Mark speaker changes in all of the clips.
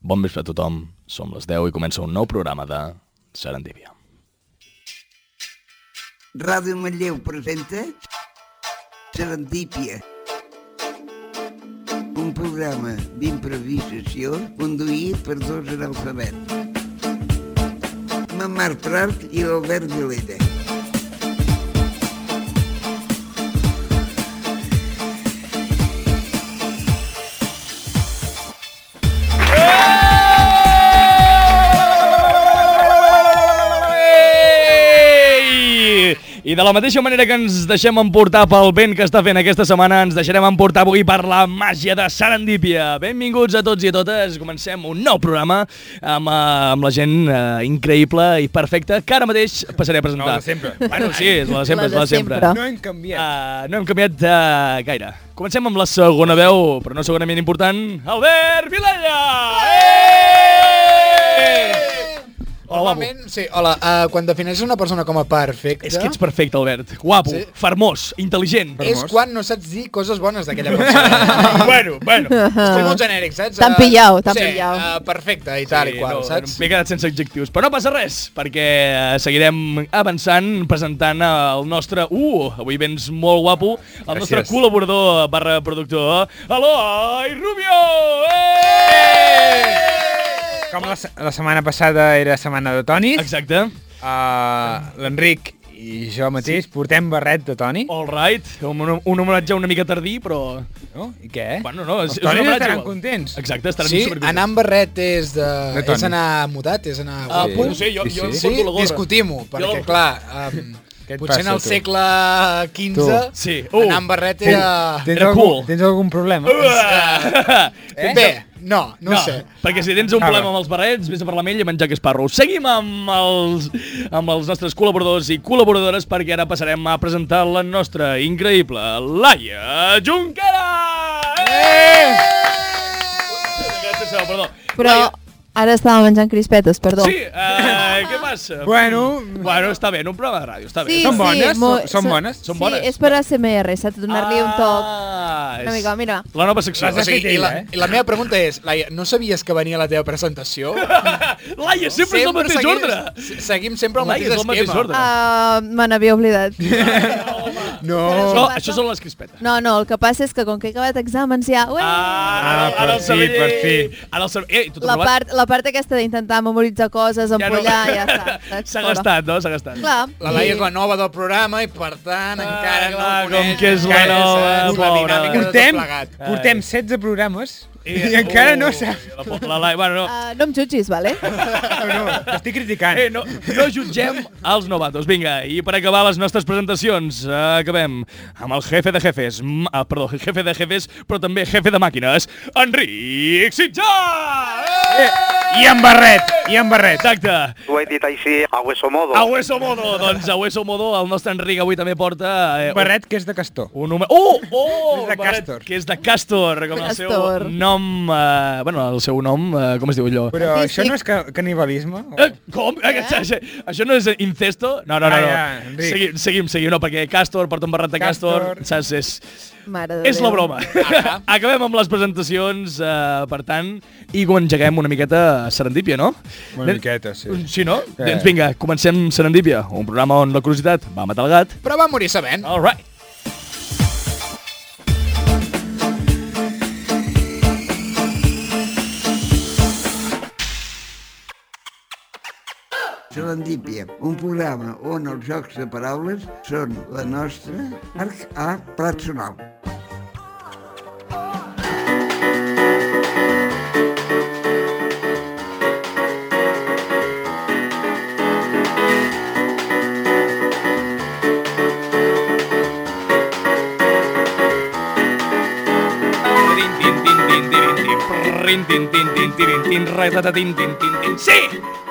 Speaker 1: Bon vespre a tothom, som les 10 i comença un nou programa de Serendipia.
Speaker 2: Ràdio Manlleu presenta Serendípia. Un programa d'improvisació conduït per dos analfabets. La Mar Prat i l'Albert Vilella.
Speaker 1: Ei! I de la mateixa manera que ens deixem emportar pel vent que està fent aquesta setmana, ens deixarem emportar avui per la màgia de Serendípia. Benvinguts a tots i a totes. Comencem un nou programa amb, eh, amb la gent eh, increïble i perfecta que ara mateix passaré a presentar.
Speaker 3: No, la de sempre.
Speaker 1: Bueno, sí, és la de sempre, és la de sempre.
Speaker 4: sempre.
Speaker 3: No hem canviat.
Speaker 1: Uh, no hem canviat uh, gaire. Comencem amb la segona veu, però no segona segurament important, Albert Vilella! Eh! Hola, bu.
Speaker 3: Normalment, sí, hola. Uh, quan defineixes una persona com a perfecta...
Speaker 1: És que ets perfecte, Albert. Guapo, sí.
Speaker 3: Sí.
Speaker 1: fermós, intel·ligent.
Speaker 3: És quan no saps dir coses bones d'aquella
Speaker 5: Ah.
Speaker 3: persona. bueno, bueno. Estic molt genèric, saps?
Speaker 4: T'han
Speaker 3: Eh,
Speaker 4: pillau, t'han
Speaker 3: no sé,
Speaker 4: pillau.
Speaker 3: eh, perfecte i tal i qual,
Speaker 1: no,
Speaker 3: saps?
Speaker 1: M'he quedat sense adjectius, però no passa res, perquè eh, seguirem avançant, presentant eh, el nostre... Uh, avui vens molt guapo, el nostre
Speaker 3: Gràcies.
Speaker 1: col·laborador barra productor, Eloi Rubio! Eh!
Speaker 5: Com la, se- la setmana passada era setmana de tonis,
Speaker 1: Exacte.
Speaker 5: uh, l'Enric i jo mateix sí. portem barret de toni.
Speaker 1: All right. Un, un homenatge una mica tardí, però...
Speaker 5: No? I què?
Speaker 1: Bueno, no, és,
Speaker 5: Els
Speaker 1: és un
Speaker 5: tonis
Speaker 1: homenatge
Speaker 5: estaran
Speaker 1: igual.
Speaker 5: contents.
Speaker 1: Exacte, estaran
Speaker 3: Sí,
Speaker 1: supercontents.
Speaker 3: anar amb barret és, de,
Speaker 5: De
Speaker 3: és
Speaker 5: toni.
Speaker 3: anar mudat, és anar...
Speaker 1: Ah,
Speaker 3: guapo.
Speaker 1: pues, no sé, jo,
Speaker 5: Sí,
Speaker 1: jo em porto
Speaker 5: sí.
Speaker 3: sí,
Speaker 1: la gorra.
Speaker 3: discutim-ho, perquè,
Speaker 1: Jo-
Speaker 3: clar, um,
Speaker 5: Què et
Speaker 3: potser en
Speaker 5: passa,
Speaker 3: el
Speaker 5: tu?
Speaker 3: segle
Speaker 5: Tu.
Speaker 3: XV
Speaker 1: Sí. Uh.
Speaker 3: anar amb barret era...
Speaker 5: tens,
Speaker 1: Era
Speaker 5: algun,
Speaker 1: cool.
Speaker 5: tens algun problema?
Speaker 1: Ah!
Speaker 3: Eh? Bé, no, no, no sé.
Speaker 1: Perquè si tens un
Speaker 5: Ah,
Speaker 1: problema
Speaker 5: va.
Speaker 1: amb els barrets, vés a parlar amb ell i a menjar que esparro. Seguim amb els, amb els nostres col·laboradors i col·laboradores perquè ara passarem a presentar la nostra increïble Laia Junquera! Eh! Aquesta és la seva, Perdó.
Speaker 4: Però
Speaker 1: Laia,
Speaker 4: ara estava menjant crispetes, perdó.
Speaker 1: Sí, eh, què passa?
Speaker 5: Bueno.
Speaker 1: bueno, està bé, en un programa de ràdio, està bé.
Speaker 4: Sí,
Speaker 5: Són bones?
Speaker 4: mo-
Speaker 5: Són- són bones?
Speaker 1: Són bones?
Speaker 4: Sí, és per ASMR, saps? Donar-li un toc.
Speaker 1: Ah,
Speaker 4: Una mica, mira.
Speaker 1: La nova secció.
Speaker 5: L'has de fer
Speaker 3: i, la,
Speaker 5: ella, eh?
Speaker 3: i la meva pregunta és, Laia, no sabies que venia la teva presentació?
Speaker 1: Laia, sempre, és el mateix
Speaker 3: seguim-
Speaker 1: ordre.
Speaker 3: se- Seguim sempre el
Speaker 1: Laia, és
Speaker 3: mateix
Speaker 1: el
Speaker 3: esquema.
Speaker 1: mateix ordre.
Speaker 4: Ah, me n'havia oblidat.
Speaker 5: No.
Speaker 1: Això,
Speaker 4: Oh.
Speaker 1: això són les crispetes.
Speaker 4: No, no, el que passa és que com que he acabat exàmens ja... Ué,
Speaker 1: Ah,
Speaker 5: Ah,
Speaker 1: ara el
Speaker 5: per
Speaker 1: cervell.
Speaker 5: fi, per fi.
Speaker 1: Ara el cervell. Ei, tu t'ho
Speaker 4: la,
Speaker 1: provat?
Speaker 4: part, la part aquesta d'intentar memoritzar coses, empollar, ja, no. ja està.
Speaker 1: S'ha gastat, no? S'ha gastat.
Speaker 4: Clar.
Speaker 3: La Laia
Speaker 4: i-
Speaker 3: és la nova del programa i, per tant,
Speaker 1: Ah,
Speaker 3: encara no
Speaker 1: clar,
Speaker 3: coneix
Speaker 1: com que és la
Speaker 3: encara
Speaker 1: nova,
Speaker 3: saps la
Speaker 1: pobra.
Speaker 3: dinàmica de tot
Speaker 5: Portem,
Speaker 3: plegat.
Speaker 5: portem 16 programes i,
Speaker 1: Eh,
Speaker 5: encara
Speaker 1: oh,
Speaker 5: no saps.
Speaker 1: La, po- la, la, bueno, no.
Speaker 4: Ah, no em jutgis, vale?
Speaker 5: No, t'estic criticant.
Speaker 1: Eh, no, no jutgem els novatos. Vinga, i per acabar les nostres presentacions, eh, acabem amb el jefe de jefes, mm, ah, perdó, jefe de jefes, però també jefe de màquines, Enric Sitjà! Eh!
Speaker 5: I amb barret, i amb barret.
Speaker 1: Exacte.
Speaker 6: Ho he dit així, a grosso modo.
Speaker 1: A hueso modo, doncs a hueso modo el nostre Enric avui també porta... Eh, un-
Speaker 5: Barret que és de castor.
Speaker 1: Un home... Oh! Oh!
Speaker 5: És de
Speaker 1: Barret,
Speaker 5: Castor.
Speaker 1: Que és de Castor, com el seu
Speaker 4: Castor.
Speaker 1: nom... Eh, bueno, el seu nom, eh, com es diu allò?
Speaker 5: Però
Speaker 4: Artístic.
Speaker 5: això no és ca- canibalisme?
Speaker 1: Eh, com? Eh? Això, això, això no és incesto? No, no, no. no.
Speaker 5: Ah, ja, Enric.
Speaker 1: seguim, seguim, seguim, no, perquè Castor porta un barret de Castor,
Speaker 5: Castor.
Speaker 1: saps? És,
Speaker 4: Mare de
Speaker 1: és la
Speaker 4: Déu.
Speaker 1: broma. Acabem amb les presentacions, eh, per tant, i ho engeguem una miqueta a Serendípia, no?
Speaker 5: Una
Speaker 1: Anem-
Speaker 5: miqueta, sí.
Speaker 1: Sí, no?
Speaker 5: Eh.
Speaker 1: Doncs vinga, comencem Serendípia, un programa on la curiositat va matar el gat.
Speaker 3: Però va morir sabent.
Speaker 1: All right.
Speaker 2: Serendípia, un programa on els jocs de paraules són la nostra arc a Prat Sonal.
Speaker 1: Tin, tin, tin, tin, tirin, tin, prrrin, tin, tin, tin, tirin, tin, ratatatin, tin, tin, tin. Sí!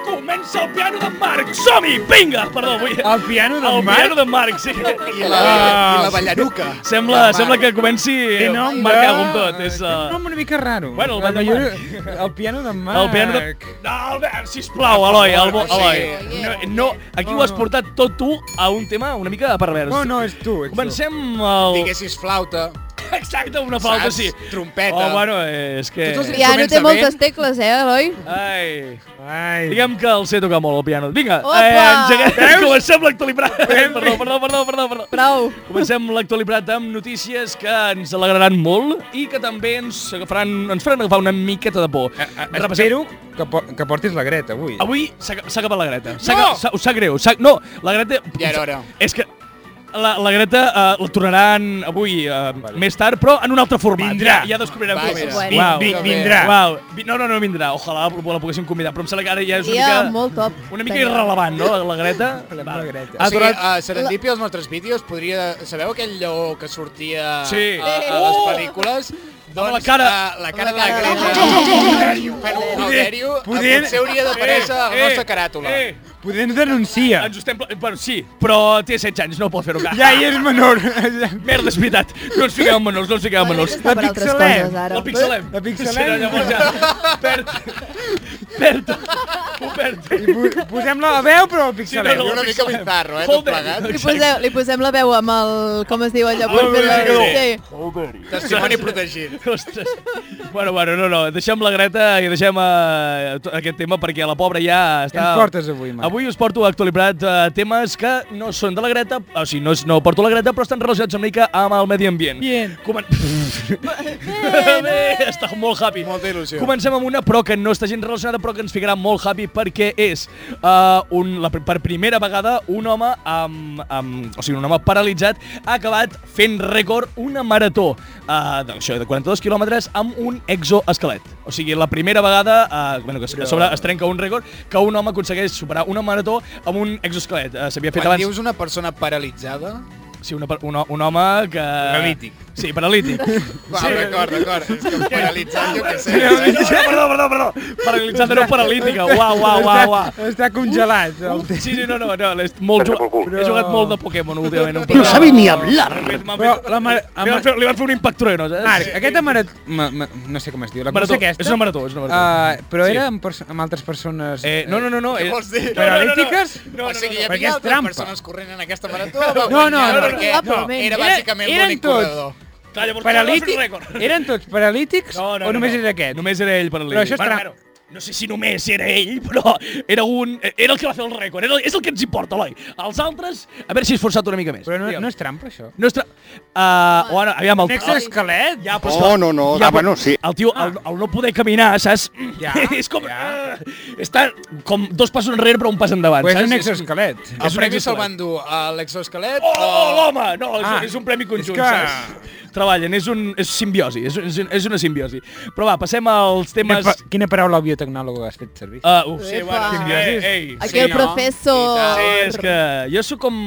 Speaker 1: Comença el piano de Marc! Som-hi! Vinga! Perdó, vull...
Speaker 5: El piano de
Speaker 1: El
Speaker 5: Marc?
Speaker 1: piano de Marc, sí.
Speaker 3: I la,
Speaker 5: Ah,
Speaker 3: i la
Speaker 5: sí.
Speaker 3: ballaruca.
Speaker 1: Sembla, sembla que comenci
Speaker 5: Té
Speaker 1: eh,
Speaker 5: nom
Speaker 1: Marc
Speaker 5: de-
Speaker 1: Algun tot. És,
Speaker 5: Té un
Speaker 1: uh,
Speaker 5: nom una mica raro.
Speaker 1: Bueno, el
Speaker 5: La
Speaker 1: Van de Marc.
Speaker 5: majoria- El piano de Marc.
Speaker 1: el piano de... No, Albert, sisplau, Eloi, el, bo- Eloi. No, no, aquí ho has portat tot tu a un tema una mica pervers.
Speaker 5: Oh. No, no, és tu, ets tu.
Speaker 1: Comencem el...
Speaker 3: Diguessis flauta.
Speaker 1: Exacte, una flauta,
Speaker 3: Saps?
Speaker 1: sí.
Speaker 3: Trompeta.
Speaker 1: Oh, bueno, eh, és que...
Speaker 3: Tots els
Speaker 4: Ja no
Speaker 3: instruments
Speaker 4: té
Speaker 3: de
Speaker 4: moltes
Speaker 3: vent.
Speaker 4: tecles, eh, Eloi?
Speaker 1: Ai...
Speaker 5: Ai.
Speaker 1: Diguem que el sé tocar molt, el piano. Vinga,
Speaker 4: Opa!
Speaker 1: eh, engeguem, comencem l'actualitat. Perdó, perdó, perdó, perdó, perdó.
Speaker 4: Prou.
Speaker 1: Comencem l'actualitat amb notícies que ens alegraran molt i que també ens, agafaran, ens faran agafar una miqueta de por.
Speaker 5: A, a,
Speaker 1: Repassem-
Speaker 5: espero que, po que portis la Greta avui.
Speaker 1: Avui s'ha s'ha acabat la Greta.
Speaker 3: No!
Speaker 1: No! S'ha us sap greu. S'ha- No, la Greta...
Speaker 3: Ja era hora.
Speaker 1: És que la, la Greta uh, la tornaran avui uh, vale. més tard, però en un altre format.
Speaker 5: Vindrà.
Speaker 1: Ja, ja descobrirem
Speaker 3: Vaja.
Speaker 1: com és.
Speaker 4: Bueno.
Speaker 1: Uau.
Speaker 5: Vin-
Speaker 3: Uau.
Speaker 5: vin- vindrà.
Speaker 1: Uau. Vi- No, no, no vindrà. Ojalà la poguéssim convidar, però em sembla que ara ja és una
Speaker 4: Ja,
Speaker 1: mica...
Speaker 4: molt top.
Speaker 1: Una mica
Speaker 4: Tenia.
Speaker 1: irrelevant, no, la Greta?
Speaker 5: La
Speaker 1: Va.
Speaker 5: Greta.
Speaker 1: Ha
Speaker 3: O sigui,
Speaker 1: tornat...
Speaker 3: a Serendipia, als nostres vídeos, podria... Sabeu aquell lleó que sortia
Speaker 1: Sí.
Speaker 3: a, a les
Speaker 1: Oh!
Speaker 3: pel·lícules?
Speaker 1: la cara. Ah.
Speaker 3: a, la cara de la
Speaker 4: cara de la
Speaker 3: Greta. Fent un Alderio, eh,
Speaker 5: Poder-
Speaker 3: potser hauria d'aparèixer a la nostra caràtula.
Speaker 1: Eh,
Speaker 5: Poder ens denuncia.
Speaker 1: ens ho estem... pla- eh, Bueno, sí, però té 16 anys, no pot fer-ho cap.
Speaker 5: Ja hi és menor.
Speaker 1: Merda, és veritat. No ens fiquem en menors, no ens fiquem en menors.
Speaker 4: Està per altres
Speaker 5: pixelem.
Speaker 4: coses, ara.
Speaker 1: La pixelem.
Speaker 5: La eh? pixelem.
Speaker 1: Sí, no, llavors ja perd... Perd... Ho perd.
Speaker 5: Po- Posem-la a veu, però el pixelem.
Speaker 1: no,
Speaker 3: I
Speaker 1: no.
Speaker 3: una mica
Speaker 1: Pixelem.
Speaker 3: bizarro, eh,
Speaker 1: Hold
Speaker 3: tot
Speaker 1: it.
Speaker 3: plegat.
Speaker 4: Li posem, li posem la veu amb el... Com es diu allò? Per
Speaker 1: Ah,
Speaker 4: fer la...
Speaker 1: sí.
Speaker 4: Sí.
Speaker 3: Testimoni protegit.
Speaker 1: Ostres. Bueno, bueno, no, no. Deixem la Greta i deixem eh, to- aquest tema perquè la pobra ja està...
Speaker 5: ens portes avui, Marc?
Speaker 1: Avui us porto a actualitat eh, temes que no són de la Greta, o sigui, no, és- no porto la Greta, però estan relacionats una mica amb el medi ambient.
Speaker 5: Bien.
Speaker 1: Comen... Bé, bé, està molt happy.
Speaker 3: Molta il·lusió.
Speaker 1: Comencem amb una, però que no està gens relacionada, però que ens ficarà molt happy perquè és uh, un, la, per primera vegada un home amb, amb, o sigui, un home paralitzat ha acabat fent rècord una marató uh, d'això, de 42 quilòmetres amb un exoesquelet. O sigui, la primera vegada, uh, bueno, que a sobre es trenca un rècord, que un home aconsegueix superar una marató amb un exoesquelet. Uh, S'havia fet
Speaker 3: Quan
Speaker 1: abans...
Speaker 3: dius una persona paralitzada...
Speaker 1: Sí, una, per- un, ho- un home que...
Speaker 5: Paralític.
Speaker 1: Sí, paralític.
Speaker 3: Va, Ah, d'acord, d'acord. És que paralitzat, jo què sé.
Speaker 1: Perdó, perdó, perdó, perdó. Paralitzada, no paralítica. Uau, uau, uau, uau.
Speaker 5: Està, està congelat. El temps.
Speaker 1: Sí, sí, no, no, no, és molt ju...
Speaker 6: Passa pel cul.
Speaker 1: he jugat molt de Pokémon últimament.
Speaker 4: No sabe
Speaker 1: ni hablar.
Speaker 5: Però la mar-
Speaker 1: Li van fer, li van fer un impact trueno, saps?
Speaker 5: Marc, aquesta marató... Ma, ma, no sé com es diu. La
Speaker 1: Marató.
Speaker 5: cursa aquesta...
Speaker 1: És una marató, és una marató.
Speaker 5: Uh, però
Speaker 1: Sí.
Speaker 5: era amb, perso- amb altres persones...
Speaker 1: Eh, no, no, no, no.
Speaker 3: Què
Speaker 1: eh,
Speaker 3: vols dir?
Speaker 1: no, no, no, no.
Speaker 5: Paralítiques?
Speaker 1: No,
Speaker 3: o
Speaker 1: no,
Speaker 3: sigui, hi
Speaker 1: no.
Speaker 5: perquè
Speaker 3: havia
Speaker 5: és
Speaker 3: altres
Speaker 5: trampa.
Speaker 3: persones corrent en aquesta marató, va
Speaker 5: No, no,
Speaker 3: guanyar,
Speaker 5: no, no.
Speaker 3: perquè
Speaker 1: Ah,
Speaker 4: Probablement.
Speaker 3: era
Speaker 5: Era-
Speaker 3: bàsicament
Speaker 5: eren
Speaker 3: l'únic
Speaker 5: tots.
Speaker 3: corredor.
Speaker 1: Clar, llavors, no
Speaker 5: Paralític?
Speaker 1: és un rècord.
Speaker 5: Eren tots paralítics
Speaker 1: No, no,
Speaker 5: o
Speaker 1: no,
Speaker 5: només
Speaker 1: no.
Speaker 5: era aquest?
Speaker 1: Només era ell paralític.
Speaker 5: Però això és
Speaker 1: Bueno,
Speaker 5: tram-
Speaker 1: bueno, no sé si només era ell, però era un... Era el que va fer el rècord. Era, és el que ens importa, Eloi. Els altres, a veure si és forçat una mica més.
Speaker 5: Però no,
Speaker 1: Digue'm.
Speaker 5: no és Ah, trampa, això.
Speaker 1: Nostre... Uh, bueno, aviam, el...
Speaker 5: Nexe esquelet?
Speaker 1: Ja, però és
Speaker 7: No,
Speaker 1: que-
Speaker 7: no, no.
Speaker 1: Ja,
Speaker 7: Ah,
Speaker 1: però
Speaker 7: bueno, sí.
Speaker 1: El tio, el, el no poder caminar, saps?
Speaker 5: Ja,
Speaker 1: és com...
Speaker 5: ja.
Speaker 1: Uh, està com dos passos enrere però un pas endavant,
Speaker 5: Pues Doncs és un
Speaker 1: saps?
Speaker 5: exoesquelet.
Speaker 1: És
Speaker 3: El
Speaker 1: un
Speaker 3: premi
Speaker 1: exoesquelet.
Speaker 3: se'l van dur a l'exoesquelet
Speaker 1: Oh, oh, l'home! No, és,
Speaker 5: Ah,
Speaker 1: és un premi conjunt,
Speaker 5: és que-
Speaker 1: saps? Treballen, és, un, és simbiosi, és, és, és una simbiosi. Però va, passem als
Speaker 5: Quina,
Speaker 1: temes...
Speaker 5: pa quina paraula biotecnòloga has fet servir?
Speaker 1: Uh, uf, sí,
Speaker 4: Epa.
Speaker 1: bueno, simbiosi.
Speaker 5: Simbiosi.
Speaker 1: Ei, ei.
Speaker 4: Aquí el
Speaker 3: no?
Speaker 4: professor...
Speaker 1: Sí, és que jo sóc com,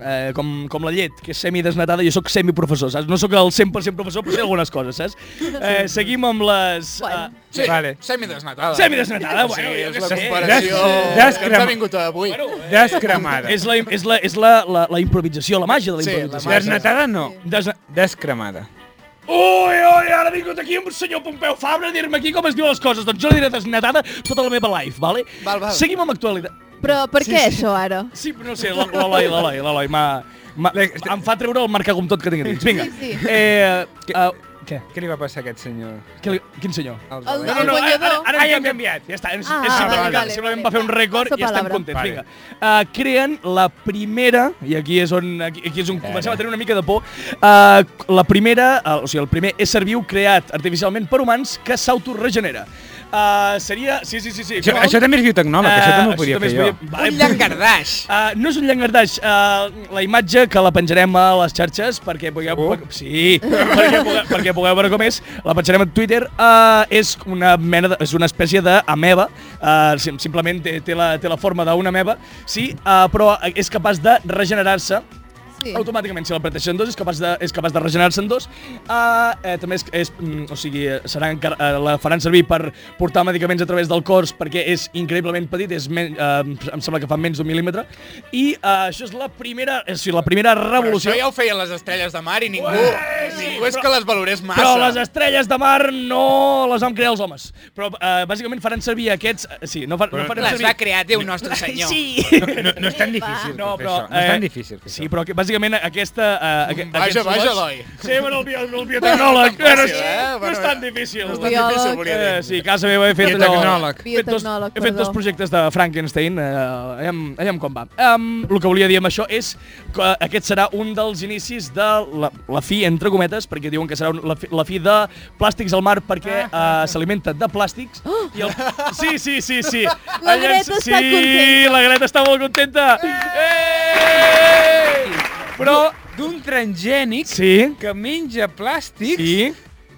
Speaker 1: eh, com, com la llet, que és semidesnatada, jo sóc semiprofessor, saps? No sóc el 100% professor, però sé algunes coses, saps? Eh, seguim amb les...
Speaker 4: Bueno.
Speaker 1: Eh,
Speaker 3: Sí,
Speaker 5: Vale.
Speaker 3: semidesnatada.
Speaker 1: Semidesnatada, bueno,
Speaker 3: Sí,
Speaker 1: jo
Speaker 3: és
Speaker 1: què
Speaker 3: la
Speaker 1: sé.
Speaker 3: comparació
Speaker 5: Des-
Speaker 3: que ens ha
Speaker 5: descrem-
Speaker 3: vingut avui.
Speaker 1: bueno,
Speaker 5: Descremada.
Speaker 1: és la, és la, és la, la, la improvisació, la màgia de la
Speaker 3: Sí, la
Speaker 1: improvisació.
Speaker 3: màgia.
Speaker 5: Desnatada no.
Speaker 1: Desna...
Speaker 5: Descremada.
Speaker 1: Ui, ui, ara ha vingut aquí un senyor Pompeu Fabra a dir-me aquí com es diuen les coses. Doncs jo li diré desnatada tota la meva life, vale?
Speaker 3: Val, val.
Speaker 1: Seguim amb actualitat.
Speaker 4: Però per què això ara?
Speaker 1: Sí, però no sé, l- l'Eloi, l'Eloi, l'Eloi, m'ha... m'ha- Em fa treure el marcar com tot que tinc a dins. Vinga.
Speaker 4: Sí, sí.
Speaker 1: Eh, eh, què?
Speaker 5: Què li va passar a aquest senyor?
Speaker 1: Què li- Quin senyor?
Speaker 5: El
Speaker 4: El,
Speaker 5: de-
Speaker 1: No, no,
Speaker 4: el
Speaker 1: no, ara,
Speaker 4: guanyador...
Speaker 1: ara, ara
Speaker 5: Ai,
Speaker 1: hem
Speaker 5: han
Speaker 1: canviat. Ja està, és,
Speaker 4: Ah,
Speaker 1: és simplement,
Speaker 4: vale, vale,
Speaker 1: simplement
Speaker 4: vale.
Speaker 1: va fer un rècord
Speaker 4: Passa
Speaker 1: i estem
Speaker 4: palabra.
Speaker 1: contents.
Speaker 5: Vale.
Speaker 1: Vinga. Uh, creen la primera, i aquí és on aquí, aquí
Speaker 5: Eh.
Speaker 1: és on comencem a tenir una mica de por, uh, la primera, uh, o sigui, el primer ésser viu creat artificialment per humans que s'autoregenera. Uh, seria... Sí, sí, Ah, sí. sí
Speaker 5: Això, això també és biotecnòleg, Eh, això també ho podria fer jo.
Speaker 1: Un llangardaix. Uh, no és un llangardaix. Uh, la imatge que la penjarem a les xarxes perquè pugueu...
Speaker 5: Segur?
Speaker 1: pu- Sí, perquè, pugueu, perquè pugueu veure com és. La penjarem a Twitter. Uh, és una mena de, és una espècie d'ameba. Uh, sim- simplement té, té, la, té la forma d'una ameba. Sí, uh, però és capaç de regenerar-se
Speaker 4: Sí.
Speaker 1: automàticament, si la parteixen en dos, és capaç de, és capaç de regenerar-se en dos. Uh, eh, també és, és, mm, o sigui, eh, serà encara, eh, la faran servir per portar medicaments a través del cos perquè és increïblement petit, és men, eh, em sembla que fa menys d'un mil·límetre. I eh, això és la primera, és, la primera
Speaker 3: Però
Speaker 1: revolució.
Speaker 3: això ja ho feien les estrelles de mar i ningú, ningú és
Speaker 1: però-
Speaker 3: que les valorés massa.
Speaker 1: Però les estrelles de mar no les van crear els homes. Però eh, bàsicament faran servir aquests... eh, Sí, no, fa, no faran
Speaker 3: Les
Speaker 1: servir...
Speaker 3: va crear Déu nostre senyor.
Speaker 1: Sí!
Speaker 5: No, no és tan difícil
Speaker 1: No,
Speaker 5: no,
Speaker 1: però... eh,
Speaker 5: fer això. No és tan difícil fer
Speaker 1: sí,
Speaker 5: això.
Speaker 1: però que, bàsicament bàsicament aquesta... Uh, aqu
Speaker 3: Vaja,
Speaker 1: aquests
Speaker 3: vaja,
Speaker 1: lots-
Speaker 3: Eloi.
Speaker 1: Sí, bueno, el, bio, el biotecnòleg.
Speaker 3: Fàcil,
Speaker 1: Fàcil,
Speaker 3: eh?
Speaker 1: eh? No
Speaker 3: Bueno,
Speaker 1: és tan difícil.
Speaker 4: tan difícil, Biòleg. volia
Speaker 1: Eh, sí, a casa meva he fet allò...
Speaker 5: Biotecnòleg.
Speaker 1: He fet, dos,
Speaker 4: Biotecnòleg,
Speaker 1: he fet dos
Speaker 4: perdó.
Speaker 1: projectes de Frankenstein, eh, aviam, aviam com va. Um, el que volia dir amb això és que aquest serà un dels inicis de la, la fi, entre cometes, perquè diuen que serà un, la, fi, la fi de plàstics al mar perquè uh,
Speaker 4: Ah.
Speaker 1: s'alimenta de plàstics.
Speaker 4: Oh!
Speaker 1: I el... Sí, sí, sí, sí.
Speaker 4: La
Speaker 1: El llenç-
Speaker 4: Greta
Speaker 1: sí,
Speaker 4: està contenta.
Speaker 1: la Greta està molt contenta. Eh! Però...
Speaker 5: D'un transgènic
Speaker 1: Sí,
Speaker 5: que menja plàstics...
Speaker 1: sí.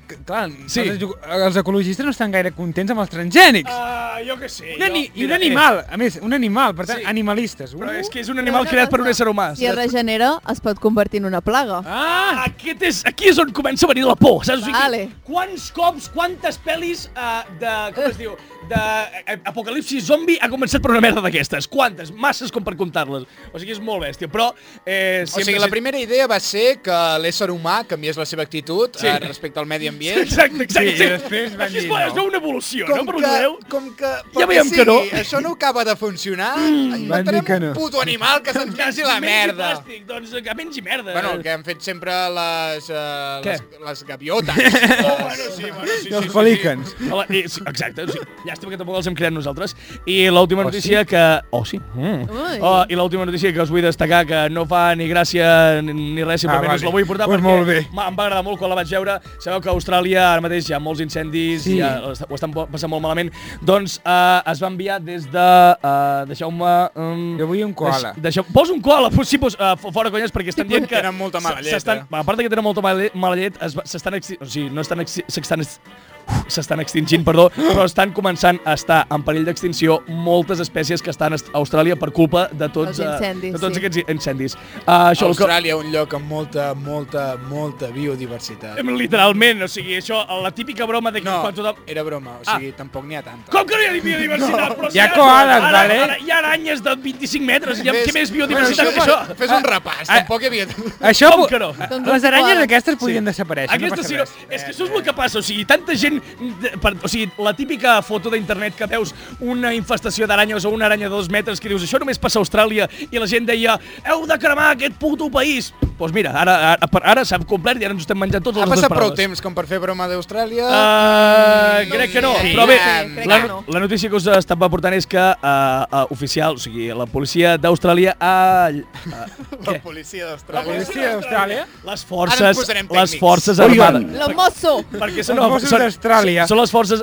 Speaker 5: Que, clar,
Speaker 1: Sí.
Speaker 5: sí. els, els ecologistes no estan gaire contents amb els transgènics. Uh,
Speaker 1: Uh, jo que sé.
Speaker 5: un ani, I un animal, a més, un animal, per tant,
Speaker 1: Sí.
Speaker 5: sí. animalistes. Uh.
Speaker 1: Però és que és un
Speaker 4: Però
Speaker 1: animal
Speaker 4: una
Speaker 1: creat per un
Speaker 4: cosa,
Speaker 1: ésser humà.
Speaker 4: Si es regenera, es pot convertir en una plaga.
Speaker 5: Ah!
Speaker 1: Aquest és, aquí és on comença a venir la por, saps? O sigui,
Speaker 4: Vale.
Speaker 1: Quants cops, quantes pel·lis uh, de... com es diu? De eh, apocalipsi zombi ha començat per una merda d'aquestes. Quantes? Masses com per comptar-les. O sigui, és molt bèstia, però... Eh,
Speaker 3: O sigui, la primera idea va ser que l'ésser humà canviés la seva actitud sí. respecte al medi ambient.
Speaker 1: Exacte, exacte.
Speaker 5: Sí, i després van
Speaker 1: Aquí es
Speaker 5: dir
Speaker 1: va-
Speaker 5: no.
Speaker 1: es veu una evolució, no? Per un
Speaker 3: que,
Speaker 1: Déu.
Speaker 3: com que,
Speaker 1: Ja veiem que no.
Speaker 3: Això no acaba de funcionar. Mm,
Speaker 5: van dir que no.
Speaker 3: un puto animal que se'ns mengi la merda.
Speaker 1: Plàstic, doncs que mengi merda.
Speaker 3: Bueno, el que han fet sempre les, uh,
Speaker 1: Què?
Speaker 3: les, les gaviotes. oh, bueno, sí, bueno, sí,
Speaker 5: I els pelícans.
Speaker 1: Hola, i, sí, exacte, sí. llàstima que tampoc els hem creat nosaltres. I l'última notícia que... Oh, sí. Mm.
Speaker 4: Ui.
Speaker 1: Oh, I l'última notícia que us vull destacar, que no fa ni gràcia ni ni res, simplement
Speaker 5: Ah,
Speaker 1: us
Speaker 5: vale.
Speaker 1: la vull portar
Speaker 5: Pues
Speaker 1: perquè
Speaker 5: molt bé.
Speaker 1: m'ha- em va agradar molt quan la vaig veure. Sabeu que a Austràlia ara mateix hi ha molts incendis
Speaker 5: Sí.
Speaker 1: i ja ho est- ho estan po- passant molt malament. Doncs eh, es va enviar des de... Eh, Deixeu-me... Um,
Speaker 5: Jo vull un koala.
Speaker 1: Deixeu, posa un koala, pues, sí, pues, uh, fora conyes, perquè estan dient que...
Speaker 3: Tenen molta mala llet,
Speaker 1: s'estan-
Speaker 3: eh?
Speaker 1: a part de que tenen molta mala llet, mala llet es va- s'estan exti- o sigui, no estan exti- s'estan ex- uf, s'estan extingint, perdó, però estan començant a estar en perill d'extinció moltes espècies que estan a Aust- a Austràlia per culpa de tots,
Speaker 4: Els
Speaker 1: eh,
Speaker 4: incendis,
Speaker 1: de tots
Speaker 4: sí.
Speaker 1: aquests incendis. Uh, això el que,
Speaker 3: Austràlia, un lloc amb molta, molta, molta biodiversitat.
Speaker 1: literalment, o sigui, això, la típica broma de que
Speaker 3: No,
Speaker 1: quan tothom... Ah.
Speaker 3: era broma, o sigui, tampoc n'hi ha tanta.
Speaker 1: Com que no hi ha biodiversitat? Però
Speaker 5: Hi ha koalas,
Speaker 1: ara,
Speaker 5: vale?
Speaker 1: Ara, hi ha aranyes de 25 metres, hi ha,
Speaker 3: Fes-
Speaker 1: què més biodiversitat Ah. que
Speaker 3: Bueno,
Speaker 1: això?
Speaker 3: això? Fes un repàs, tampoc hi havia...
Speaker 5: Això...
Speaker 1: Com
Speaker 5: po-
Speaker 1: que no?
Speaker 4: Doncs
Speaker 5: Les
Speaker 4: un
Speaker 5: aranyes
Speaker 4: koala.
Speaker 5: aquestes podrien desaparèixer,
Speaker 1: Aquesta,
Speaker 5: Eh, no
Speaker 1: sí,
Speaker 5: passa
Speaker 1: no,
Speaker 5: res. Eh,
Speaker 1: és que això és el que passa, o sigui, tanta gent... de- Per, o sigui, la típica foto d'internet que veus una infestació d'aranyes o una aranya de dos metres que dius això només passa a Austràlia i la gent deia heu de cremar aquest puto país. Doncs pues mira, ara, ara, per- ara s'ha complert i ara ens estem menjant totes
Speaker 3: Ha
Speaker 1: les dues
Speaker 3: passat prou
Speaker 1: paraules.
Speaker 3: temps com per fer broma d'Austràlia.
Speaker 1: Uh,
Speaker 3: Mm,
Speaker 1: crec que no,
Speaker 3: sí,
Speaker 1: però bé,
Speaker 3: sí,
Speaker 4: crec
Speaker 1: la,
Speaker 4: que no.
Speaker 1: la notícia que us estava portant és que uh, uh, oficial, o sigui, la policia d'Austràlia ha... Uh,
Speaker 3: La policia d'Austràlia.
Speaker 5: policia d'Austràlia?
Speaker 1: Les
Speaker 3: Ara
Speaker 1: forces,
Speaker 3: ens posarem
Speaker 1: les
Speaker 3: tècnics.
Speaker 1: forces
Speaker 2: Orion.
Speaker 1: armades.
Speaker 4: Lo mozo!
Speaker 1: Perquè són,
Speaker 5: Els Mossos
Speaker 1: són-
Speaker 5: d'Austràlia.
Speaker 1: Són les forces...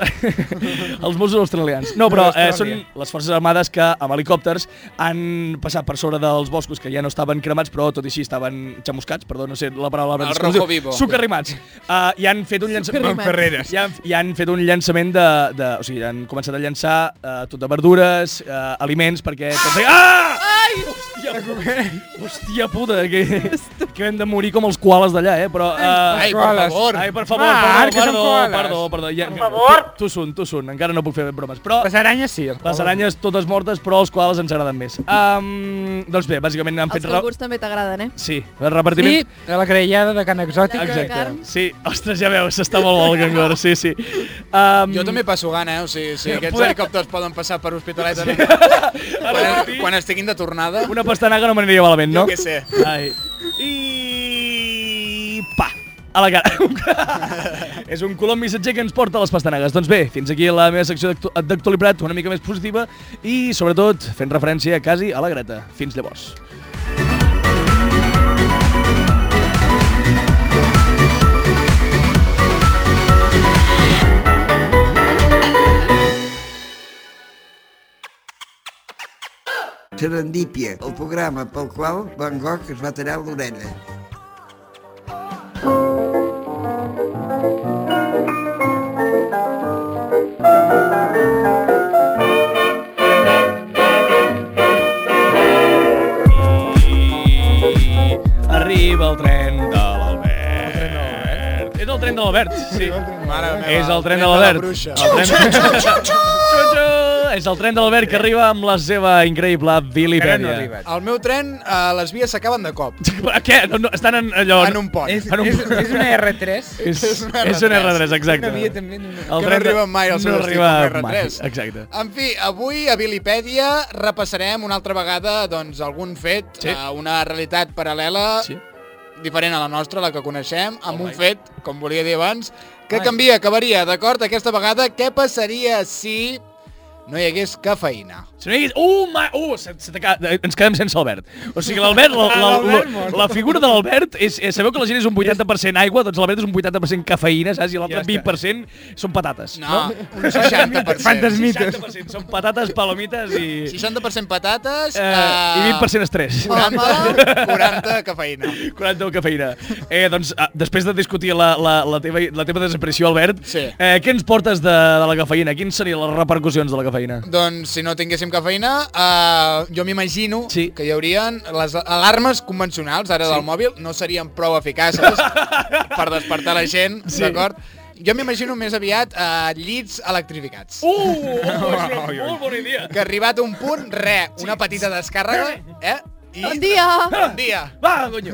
Speaker 1: els Mossos australians. No, però eh, són
Speaker 5: D'Austràlia.
Speaker 1: les forces armades que amb helicòpters han passat per sobre dels boscos que ja no estaven cremats, però tot i així estaven xamuscats, perdó, no sé la paraula...
Speaker 3: El
Speaker 1: com es diu?
Speaker 3: rojo vivo.
Speaker 1: Socarrimats. Uh, I han fet un llançament...
Speaker 4: Socarrimats.
Speaker 5: Ferreres.
Speaker 1: Ja han, ja han fet un llançament de... de o sigui, han començat a llançar uh, tot de verdures, uh, aliments, perquè... Ah! Ai! Hòstia, puta. Hòstia puta, que, que hem de morir com els koalas d'allà, eh? Però... Uh,
Speaker 3: Ai, per
Speaker 5: Koalas.
Speaker 3: favor.
Speaker 1: Ai, per favor,
Speaker 5: Marc, que
Speaker 1: perdó,
Speaker 5: són
Speaker 1: perdó,
Speaker 5: koalas.
Speaker 1: perdó, perdó. Ja, per
Speaker 6: favor.
Speaker 1: Tu sun, tu sun, encara no puc fer bromes. Però
Speaker 5: Les aranyes sí. els
Speaker 1: les
Speaker 5: koalas.
Speaker 1: aranyes totes mortes, però els koalas ens agraden més. Um, doncs bé, bàsicament han
Speaker 4: Els
Speaker 1: fet... ra-
Speaker 4: cangurs també t'agraden, eh?
Speaker 1: Sí, el repartiment...
Speaker 5: I de la crellada de Can Exòtica.
Speaker 4: De carn.
Speaker 1: Sí, ostres, ja veus, està molt bo el gangor, sí, sí. Um,
Speaker 3: Jo també passo gana, eh? O sigui, si aquests
Speaker 1: Poder-
Speaker 3: helicòpters poden passar per Hospitalet en... quan,
Speaker 1: Martí.
Speaker 3: quan estiguin de tornada...
Speaker 1: Una pastanaga no m'aniria malament, no?
Speaker 3: Jo què sé.
Speaker 1: Ai. I... pa! A la cara. és un colom missatger que ens porta a les pastanagues. Doncs bé, fins aquí la meva secció d'actu- d'actualitat una mica més positiva i, sobretot, fent referència quasi a la Greta. Fins llavors.
Speaker 2: Serendípia, el programa pel qual Van Gogh es va tallar l'orella.
Speaker 1: I... Arriba el tren de l'Albert. És el tren de l'Albert, sí.
Speaker 3: Mare meva,
Speaker 1: És el tren de
Speaker 3: la
Speaker 1: l'Albert.
Speaker 3: bruixa.
Speaker 1: El tren- Xu, xu, xu, xu. és el tren de l'Albert que arriba amb la seva increïble
Speaker 5: Encara no ha
Speaker 1: vilipèdia.
Speaker 5: arribat.
Speaker 3: El meu tren, eh, les vies s'acaben de cop.
Speaker 1: No Què? No, no, estan en allò...
Speaker 3: En un pont.
Speaker 5: És,
Speaker 1: En un-
Speaker 5: és, és una R3.
Speaker 1: És,
Speaker 3: És una
Speaker 1: és un
Speaker 3: R3.
Speaker 1: R3, exacte.
Speaker 5: Una via també en
Speaker 1: El
Speaker 5: una-
Speaker 3: que
Speaker 1: tren
Speaker 3: no
Speaker 1: de-
Speaker 3: arriben mai al seu
Speaker 1: no
Speaker 3: destí
Speaker 1: arriba
Speaker 3: com
Speaker 1: mai,
Speaker 3: R3.
Speaker 1: Exacte.
Speaker 3: En fi, avui a Vilipèdia repassarem una altra vegada doncs, algun fet,
Speaker 1: Sí.
Speaker 3: eh, una realitat paral·lela
Speaker 1: Sí.
Speaker 3: diferent a la nostra, la que coneixem, amb
Speaker 1: Alright.
Speaker 3: un fet, com volia dir abans, que canvia, que varia, d'acord? Aquesta vegada, què passaria si no hi hagués cafeïna?
Speaker 1: Si no hi hagués... Uh, ma... uh se, se t'aca- eh, ens quedem sense l'Albert. O sigui, l'Albert, la, la, la,
Speaker 5: L'Albert mort.
Speaker 1: la, figura de l'Albert, és, és, sabeu que la gent és un 80% aigua, doncs l'Albert és un 80% cafeïna, saps? I l'altre
Speaker 5: Ja està.
Speaker 1: 20% són patates.
Speaker 3: No, un 60%.
Speaker 5: Fantes mites.
Speaker 1: 60% són patates, palomites i...
Speaker 3: 60% patates
Speaker 1: Eh, I 20% estrès.
Speaker 3: Ah. 40, 40 cafeïna.
Speaker 1: 40 de cafeïna. Eh, doncs, ah, després de discutir la, la, la, teva, la teva desaparició, Albert,
Speaker 3: Sí.
Speaker 1: eh, què ens portes de, de la cafeïna? Quines serien les repercussions de la cafeïna?
Speaker 3: Doncs si no tinguéssim cafeïna, eh, jo m'imagino
Speaker 1: Sí.
Speaker 3: que hi haurien les alarmes convencionals, ara sí. del mòbil, no serien prou eficaces per despertar la gent, sí. d'acord? Jo m'imagino més aviat eh, llits electrificats.
Speaker 1: Uh! Oh, és una molt bona idea.
Speaker 3: Que arribat a un punt, re, una petita descàrrega, eh? I...
Speaker 4: Bon dia!
Speaker 3: Bon dia!
Speaker 1: Va, conyo!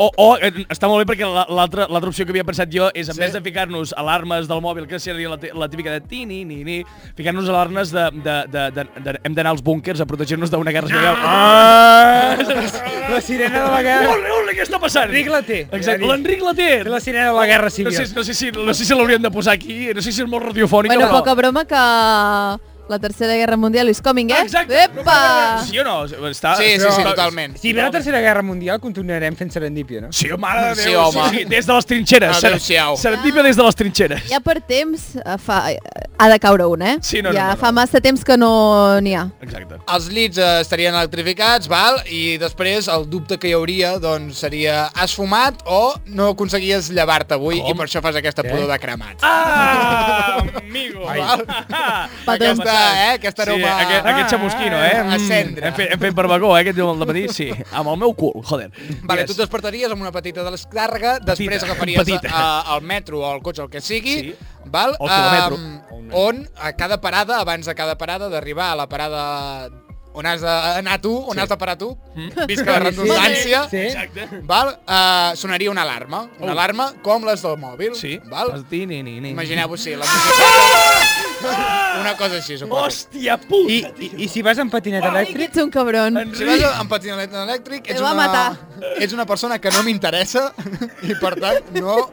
Speaker 1: O, o eh, està molt bé perquè la- l'altra l'altra opció que havia pensat jo és, en
Speaker 3: Sí.
Speaker 1: sí. més de ficar-nos alarmes del mòbil, que seria la, t- la típica de ti, ni, ni, ni, ficar-nos alarmes de, de, de, de, de, hem d'anar als búnkers a protegir-nos d'una guerra civil. Ah!
Speaker 5: La sirena de la guerra...
Speaker 1: Ole, ole, què està passant?
Speaker 5: L'Enric la té. Ja
Speaker 1: Exacte,
Speaker 5: dic.
Speaker 1: l'Enric la té.
Speaker 5: És la sirena de la guerra
Speaker 1: No
Speaker 5: civil.
Speaker 1: sé, no sé si, no sé si l'hauríem de posar aquí, no sé si és molt radiofònica,
Speaker 4: Bueno,
Speaker 1: però...
Speaker 4: poca broma que la Tercera Guerra Mundial is coming, eh?
Speaker 1: Exacte.
Speaker 4: Epa!
Speaker 1: Sí o no? Està...
Speaker 3: Sí, sí, sí,
Speaker 1: està-
Speaker 3: totalment.
Speaker 5: Si ve la Tercera Guerra Mundial, continuarem fent serendípia, no?
Speaker 1: Sí, mare de
Speaker 3: Sí,
Speaker 1: Déu.
Speaker 3: home.
Speaker 1: Sí, des de les trinxeres.
Speaker 3: Adéu-siau.
Speaker 1: Serendipia des de les trinxeres.
Speaker 4: Ja per temps eh, fa, ha de caure un, eh?
Speaker 1: Sí, no, no,
Speaker 4: ja
Speaker 1: no, no.
Speaker 4: fa massa temps que no n'hi ha.
Speaker 1: Exacte.
Speaker 3: Els llits eh, estarien electrificats, val? I després el dubte que hi hauria doncs, seria has fumat o no aconseguies llevar-te avui
Speaker 1: Com?
Speaker 3: i per això fas aquesta
Speaker 5: Què?
Speaker 3: pudor de cremat.
Speaker 1: Ah, amigo.
Speaker 5: Ai.
Speaker 4: Patrons.
Speaker 3: Aquesta, eh? Aquesta
Speaker 1: Sí,
Speaker 3: aroma...
Speaker 1: aquest, aquest xamusquino, eh?
Speaker 3: A cendra.
Speaker 1: Hem fet, hem fet barbacó, eh, aquest diumenge al matí? Sí, amb el meu cul, joder.
Speaker 3: Vale,
Speaker 1: Yes.
Speaker 3: tu et despertaries amb una petita descàrrega, després agafaries
Speaker 1: petita.
Speaker 3: eh, el metro o el cotxe, el que sigui,
Speaker 1: Sí.
Speaker 3: val?
Speaker 1: O el quilometro.
Speaker 3: Em, on a cada parada, abans de cada parada, d'arribar a la parada on has d'anar tu, on has de parar tu,
Speaker 1: Mm.
Speaker 3: visca la redundància,
Speaker 5: Sí.
Speaker 1: Exacte.
Speaker 3: val? Eh, sonaria una alarma, una
Speaker 1: Oh.
Speaker 3: alarma com les del mòbil,
Speaker 1: Sí.
Speaker 3: val?
Speaker 1: Ti, ni, ni, ni.
Speaker 3: Imagineu-vos, sí, la musiqueta...
Speaker 1: Ah!
Speaker 3: Una cosa així,
Speaker 1: Oh,
Speaker 3: suposo.
Speaker 1: Hòstia puta,
Speaker 5: I, i, I si vas en patinet elèctric?
Speaker 4: Ets un cabron.
Speaker 1: Enric.
Speaker 3: Si vas amb patinet elèctric,
Speaker 4: Te
Speaker 3: ets
Speaker 4: va
Speaker 3: una,
Speaker 4: matar.
Speaker 3: ets una persona que no m'interessa i, per tant, no,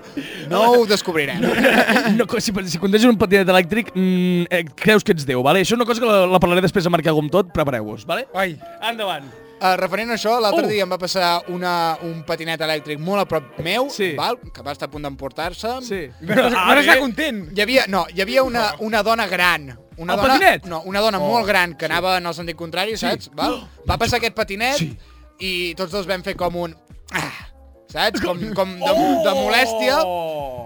Speaker 3: no ho descobrirem.
Speaker 1: No, si, si conteges un patinet elèctric, mm, eh, creus que ets Déu, vale? Això és una cosa que la, la parlaré després amb Marc Gom tot, prepareu-vos, vale?
Speaker 5: Ai,
Speaker 1: Endavant.
Speaker 3: Uh, referent a això, l'altre
Speaker 1: Uh.
Speaker 3: uh. dia em va passar una, un patinet elèctric molt a prop meu,
Speaker 1: Sí.
Speaker 3: val, que va estar a punt d'emportar-se.
Speaker 1: Sí.
Speaker 5: però ah,
Speaker 1: eh?
Speaker 5: està content.
Speaker 3: Hi havia, no, hi havia una, una dona gran. Una
Speaker 1: El
Speaker 3: dona,
Speaker 1: patinet?
Speaker 3: No, una dona oh. molt gran que anava en el sentit contrari, sí. saps? Val? Va passar aquest patinet sí. i tots dos vam fer com un... Ah, saps? Com, com de, oh. de molèstia.
Speaker 1: Oh.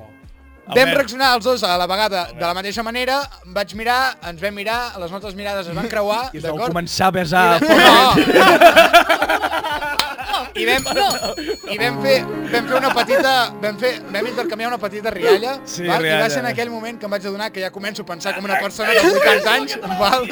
Speaker 3: Vam
Speaker 1: Albert.
Speaker 3: reaccionar els dos a la vegada de la mateixa manera, vaig mirar, ens vam mirar, les nostres mirades es van creuar,
Speaker 1: I es vau
Speaker 3: d'acord?
Speaker 1: començar a besar...
Speaker 3: No! I vam, i vam, fer, vam fer una petita... Vam, fer, vam intercanviar una petita rialla,
Speaker 1: Sí,
Speaker 3: val? i
Speaker 1: rialla.
Speaker 3: va ser en aquell moment que em vaig adonar que ja començo a pensar com una persona de 80 anys, val?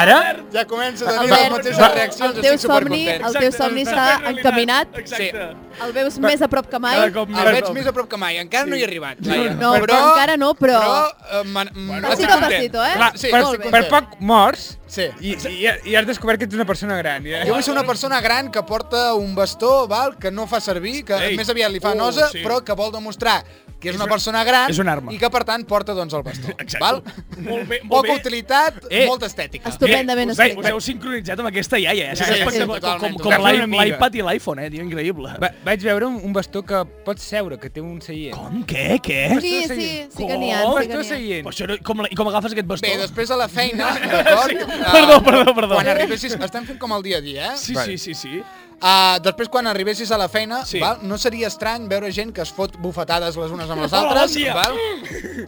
Speaker 5: Ara?
Speaker 3: ja començo a tenir les
Speaker 4: Albert,
Speaker 3: mateixes reaccions,
Speaker 4: el teu
Speaker 3: estic
Speaker 4: somni,
Speaker 3: supercontent.
Speaker 4: el teu somni està encaminat,
Speaker 1: Exacte.
Speaker 4: el veus més a prop que mai.
Speaker 1: Cada cop
Speaker 3: El veig més a prop que mai, encara no hi he arribat. Laia.
Speaker 4: No, encara no, però-
Speaker 3: Però, eh, man, bueno,
Speaker 4: Pasito a pasito, eh?
Speaker 5: Clar,
Speaker 3: sí,
Speaker 5: per,
Speaker 3: estic
Speaker 5: per
Speaker 3: content.
Speaker 5: poc morts
Speaker 3: Sí.
Speaker 5: i, i, i has descobert que ets una persona gran. Ja.
Speaker 3: Jo vull ser una persona gran que porta un bastó, val, que no fa servir, que
Speaker 1: Ei.
Speaker 3: Ei. més aviat li fa
Speaker 1: Uh,
Speaker 3: uh, nosa,
Speaker 1: sí.
Speaker 3: sí. però que vol demostrar que és una persona gran
Speaker 1: és una arma.
Speaker 3: i que, per tant, porta doncs, el bastó.
Speaker 1: Exacte.
Speaker 3: Val?
Speaker 1: Molt bé, molt
Speaker 3: Poca
Speaker 1: bé.
Speaker 3: utilitat,
Speaker 1: Eh.
Speaker 3: molta estètica.
Speaker 4: Estu- Estupendament
Speaker 1: us, heu,
Speaker 4: escrit.
Speaker 1: us heu sincronitzat amb aquesta iaia, eh?
Speaker 3: Ja,
Speaker 1: Ja,
Speaker 3: ja,
Speaker 1: ja,
Speaker 3: sí,
Speaker 1: com, com,
Speaker 3: totalment,
Speaker 1: com
Speaker 5: totalment.
Speaker 1: l'i- l'iPad i l'iPhone, eh? Tio, increïble.
Speaker 5: Va, vaig veure un, un bastó que pots seure, que té un seient.
Speaker 1: Com? Què? Què?
Speaker 4: Sí,
Speaker 5: Estàs
Speaker 4: sí,
Speaker 5: seguint.
Speaker 4: sí que n'hi ha,
Speaker 1: Com?
Speaker 4: sí que
Speaker 5: Estàs
Speaker 4: n'hi ha.
Speaker 5: Oh, seient.
Speaker 1: Però això no, com, la- i com agafes aquest bastó?
Speaker 3: doncs- Bé, doncs- després a la feina, d'acord?
Speaker 1: Perdó, perdó, perdó.
Speaker 3: Quan arribessis, estem fent com el dia a dia, eh?
Speaker 1: Sí, sí, sí, sí.
Speaker 3: Uh, després, quan arribessis a la feina,
Speaker 1: Sí.
Speaker 3: sí. val? no seria estrany veure gent que es fot bufetades les unes amb les
Speaker 1: Hola,
Speaker 3: altres.
Speaker 1: bon dia.
Speaker 3: val?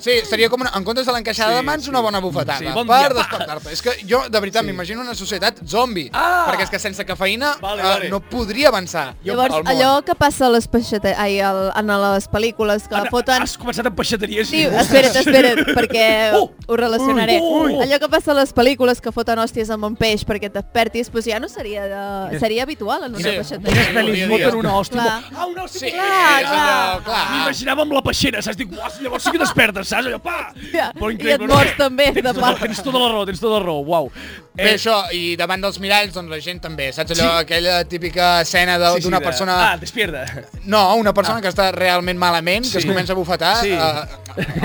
Speaker 3: Sí, seria com, una, en comptes de l'encaixada
Speaker 1: Sí,
Speaker 3: sí, de mans,
Speaker 1: sí.
Speaker 3: una bona bufetada.
Speaker 1: Sí, bon
Speaker 3: per
Speaker 1: dia, pa.
Speaker 3: despertar-te. És que jo, de veritat, sí. m'imagino una societat zombi.
Speaker 1: Ah!
Speaker 3: Perquè és que sense cafeïna
Speaker 1: Vale,
Speaker 3: vale,
Speaker 1: vale.
Speaker 3: vale. no podria avançar.
Speaker 4: Llavors,
Speaker 3: al món.
Speaker 4: allò que passa a les peixetes... Ai, al, en les pel·lícules, que Tota la foten...
Speaker 1: Has començat amb peixateries.
Speaker 4: Sí, espera't, espera't, perquè
Speaker 1: Oh!
Speaker 4: ho relacionaré.
Speaker 1: Ui, ui.
Speaker 4: Allò que passa a les pel·lícules que foten hòsties amb un peix perquè et despertis, doncs ja no seria, de... seria habitual en una
Speaker 3: Sí.
Speaker 4: peixeteria.
Speaker 3: Quines pel·lis
Speaker 1: Foten una hòstia.
Speaker 4: Clar.
Speaker 1: com- Ah, una hòstia.
Speaker 3: Sí,
Speaker 4: Clar,
Speaker 3: és
Speaker 4: clar.
Speaker 3: allò, clar.
Speaker 1: M'imaginava amb la peixera, saps? Dic, uah, llavors sí que despertes, saps? Allò, pa!
Speaker 4: Ja,
Speaker 1: Però
Speaker 4: i et
Speaker 1: increïble,
Speaker 4: mors
Speaker 1: no?
Speaker 4: també, de
Speaker 1: Tens, tota,
Speaker 4: part.
Speaker 1: tens tota la raó, tens tota la raó, uau. Eh,
Speaker 3: Bé, això, i davant dels miralls, doncs la gent també, saps allò,
Speaker 1: Sí.
Speaker 3: sí. aquella típica escena d'una sí, sí,
Speaker 1: de-
Speaker 3: persona...
Speaker 1: Ah, despierta.
Speaker 3: No, una persona ah. que està realment malament, que
Speaker 1: Sí.
Speaker 3: es comença a bufetar,
Speaker 1: Sí.
Speaker 3: sí. a,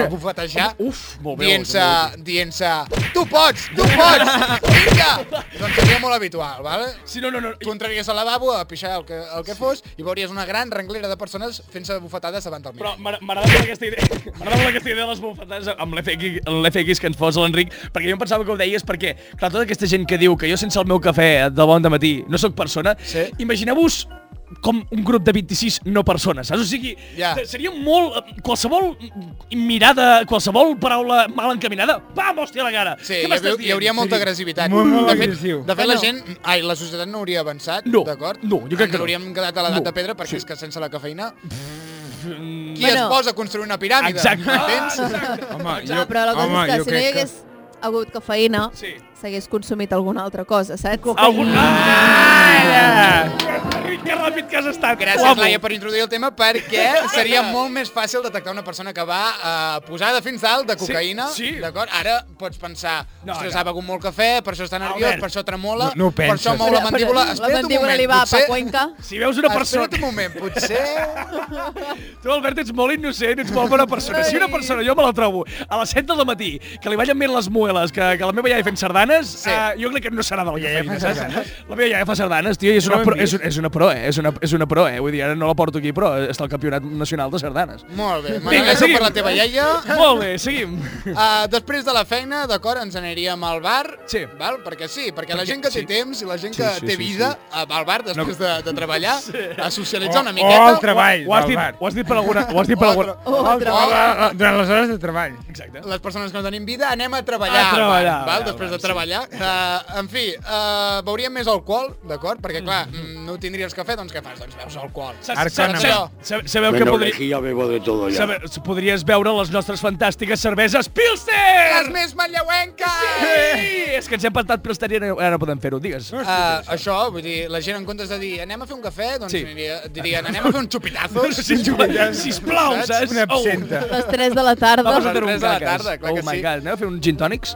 Speaker 3: a bufetejar,
Speaker 1: Home, uf, molt bé,
Speaker 3: dient-se,
Speaker 1: molt
Speaker 3: dient-se, tu pots, tu pots, vinga! doncs seria molt habitual, val?
Speaker 1: Sí, no, no, no.
Speaker 3: Tu entraries al lavabo a pixar el que, el que sí. fos i veuries una gran renglera de persones fent-se bufetades davant del
Speaker 1: Però
Speaker 3: mirall.
Speaker 1: m'agra- m'agrada molt aquesta idea, m'agrada molt aquesta idea de les bufetades amb l'FX amb l'FX que ens fos l'Enric, perquè jo em pensava que ho deies perquè, clar, tota aquesta gent que diu que jo sense el meu cafè de bon matí no sóc persona,
Speaker 3: Sí.
Speaker 1: imagineu-vos com un grup de 26 no persones, saps? O sigui,
Speaker 3: Ja.
Speaker 1: se- seria molt... eh, Qualsevol mirada, qualsevol paraula mal encaminada, pam, hòstia, a la cara.
Speaker 3: Sí,
Speaker 1: Què
Speaker 3: hi,
Speaker 1: m'estàs
Speaker 3: havia, hi hauria
Speaker 1: dient?
Speaker 3: molta agressivitat.
Speaker 5: Molt, molt
Speaker 3: de fet,
Speaker 5: agressiu.
Speaker 3: De fet,
Speaker 4: Ah,
Speaker 3: la
Speaker 4: no.
Speaker 3: gent... Ai, la societat no hauria avançat,
Speaker 1: No,
Speaker 3: d'acord?
Speaker 1: no, jo crec
Speaker 3: Ens
Speaker 1: que no.
Speaker 3: hauríem quedat a l'edat
Speaker 1: No,
Speaker 3: de pedra perquè
Speaker 1: sí.
Speaker 3: és que sense la cafeïna... Qui
Speaker 4: Bueno.
Speaker 3: es posa a construir una piràmide?
Speaker 1: Exacte. Ah,
Speaker 3: M'entens?
Speaker 1: exacte.
Speaker 5: Home,
Speaker 4: No, però la cosa
Speaker 5: home,
Speaker 4: és que
Speaker 5: jo
Speaker 4: si no hi
Speaker 5: crec que-
Speaker 4: hagués hagut cafeïna,
Speaker 1: Sí.
Speaker 4: s'hagués consumit alguna altra cosa, saps?
Speaker 1: Algun... Ah! Enric, que ràpid que has estat.
Speaker 3: Gràcies,
Speaker 1: guapo.
Speaker 3: Laia, per introduir el tema, perquè seria molt més fàcil detectar una persona que va eh, posada fins dalt de
Speaker 1: Sí,
Speaker 3: cocaïna,
Speaker 1: sí.
Speaker 3: d'acord? Ara pots pensar,
Speaker 1: No,
Speaker 3: ostres,
Speaker 1: no.
Speaker 3: ha begut molt cafè, per això està nerviós,
Speaker 1: Albert,
Speaker 3: per això tremola,
Speaker 5: no- no ho
Speaker 3: per això
Speaker 5: penses.
Speaker 3: mou la mandíbula.
Speaker 4: la
Speaker 3: Espera't un
Speaker 4: mandíbula
Speaker 3: moment,
Speaker 4: li va
Speaker 3: potser...
Speaker 4: a Cuenca.
Speaker 1: Si veus una persona...
Speaker 3: Espera't un moment, potser...
Speaker 1: Tu, Albert, ets molt innocent, ets molt bona persona. Si una persona, jo me la trobo, a les 7 del matí, que li ballen més les mueles que, que la meva iaia fent sardanes, sí. uh, jo crec que no serà de la iaia fent sardanes. La meva iaia fa sardanes, tio, i és
Speaker 5: No
Speaker 1: una,
Speaker 5: ho hem
Speaker 1: pro, és,
Speaker 5: vist.
Speaker 1: un- és una pro, eh? És una, és una pro, eh? Vull dir, ara no la porto aquí, però està al campionat nacional de sardanes.
Speaker 3: Molt bé,
Speaker 1: Vinga,
Speaker 3: m'agraeixo
Speaker 1: seguim.
Speaker 3: per la teva iaia.
Speaker 1: Molt bé, seguim.
Speaker 3: Uh, després de la feina, d'acord, ens aniríem al bar,
Speaker 1: Sí.
Speaker 3: val? perquè sí, perquè la
Speaker 1: Perquè
Speaker 3: gent que té
Speaker 1: sí.
Speaker 3: temps i la gent
Speaker 1: Sí,
Speaker 3: que
Speaker 1: sí,
Speaker 3: té
Speaker 1: sí, Oh,
Speaker 3: vida eh, va al bar després de, de treballar, a socialitzar una
Speaker 5: O-
Speaker 3: miqueta.
Speaker 5: o al treball.
Speaker 1: Ho has,
Speaker 5: del
Speaker 1: dit,
Speaker 5: bar.
Speaker 1: ho has dit per alguna... Ho has dit per alguna...
Speaker 3: O-
Speaker 4: Oh,
Speaker 5: Oh, oh, oh, durant les hores de treball.
Speaker 1: Exacte.
Speaker 3: Les persones que no tenim vida anem a treballar,
Speaker 1: A treballar, val,
Speaker 3: val? val? després
Speaker 1: val,
Speaker 3: de treballar. Uh, en fi, uh, veuríem més alcohol, d'acord? Perquè, clar, mm, no tindries cafè, doncs què fas? Doncs beus alcohol.
Speaker 1: Sa-
Speaker 5: Arcana.
Speaker 1: sa- sa- sa- Sabeu que
Speaker 7: Bueno, de
Speaker 1: podri...
Speaker 7: aquí ya bebo de todo ya.
Speaker 1: Sabeu, podries veure les nostres fantàstiques cerveses
Speaker 3: Les
Speaker 1: Pilsen!
Speaker 3: més manlleuenques!
Speaker 1: Sí! Eh, És que ens hem pactat Pilsen i ara no- ara no podem fer-ho, digues.
Speaker 3: Uh, això, vull dir, la gent en comptes de dir anem a fer un cafè, doncs
Speaker 1: Sí.
Speaker 3: sí. aniria, dirien anem a fer un chupitazo.
Speaker 1: Sisplau, sisplau, saps? Oh.
Speaker 5: Una absenta.
Speaker 4: Les 3 de la tarda.
Speaker 1: Vamos a fer
Speaker 3: les
Speaker 1: un
Speaker 3: tres de la
Speaker 1: cacas.
Speaker 3: tarda, clar
Speaker 1: oh
Speaker 3: que
Speaker 1: my
Speaker 3: sí.
Speaker 1: god, anem a fer uns gin tònics?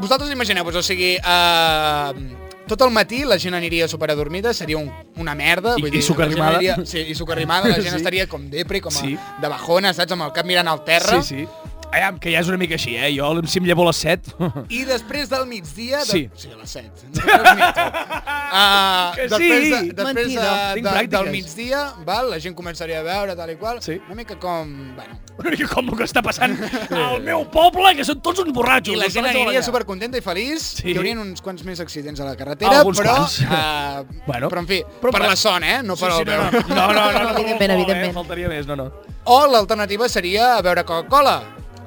Speaker 3: Vosaltres imagineu-vos, o sigui, uh, tot el matí la gent aniria superadormida, seria un, una merda.
Speaker 1: I-
Speaker 3: vull
Speaker 1: i
Speaker 3: dir, la gent
Speaker 1: sucarrimada.
Speaker 3: Aniria, sí, i sucarrimada, la gent
Speaker 1: Sí.
Speaker 3: sí. estaria com depre, com a,
Speaker 1: Sí.
Speaker 3: sí. de bajona, saps? Amb el cap mirant al terra.
Speaker 1: Sí, sí. Aviam, que ja és una mica així, eh? Jo, si em llevo a les 7...
Speaker 3: I després del migdia... De...
Speaker 1: Sí.
Speaker 3: sí, a les 7. No, uh,
Speaker 1: Que
Speaker 3: després de,
Speaker 1: sí.
Speaker 3: després de,
Speaker 4: Mentida.
Speaker 1: Tinc
Speaker 3: de, del
Speaker 1: pràctiques.
Speaker 3: migdia, val, la gent començaria a veure, tal i qual.
Speaker 1: Sí.
Speaker 3: Una mica com... Bueno,
Speaker 1: Una mica com el que està passant al meu poble, que són tots uns borratxos.
Speaker 3: I la
Speaker 1: els borratxos
Speaker 3: gent
Speaker 1: de
Speaker 3: aniria
Speaker 1: Balanyà.
Speaker 3: supercontenta i feliç.
Speaker 1: Sí.
Speaker 3: Sí. Hi haurien uns quants més accidents a la carretera,
Speaker 1: Alguns
Speaker 3: però...
Speaker 1: quants.
Speaker 3: Uh,
Speaker 1: Bueno.
Speaker 3: bueno. Però, en fi,
Speaker 1: Però-
Speaker 3: però, per la son, eh? No per sí,
Speaker 1: Sí,
Speaker 3: el
Speaker 1: sí,
Speaker 3: veu.
Speaker 1: no, no, no, no, no, no,
Speaker 4: Evidentment,
Speaker 1: no,
Speaker 4: evidentment.
Speaker 1: Eh? Faltaria més, no, no.
Speaker 3: O l'alternativa seria beure Coca-Cola.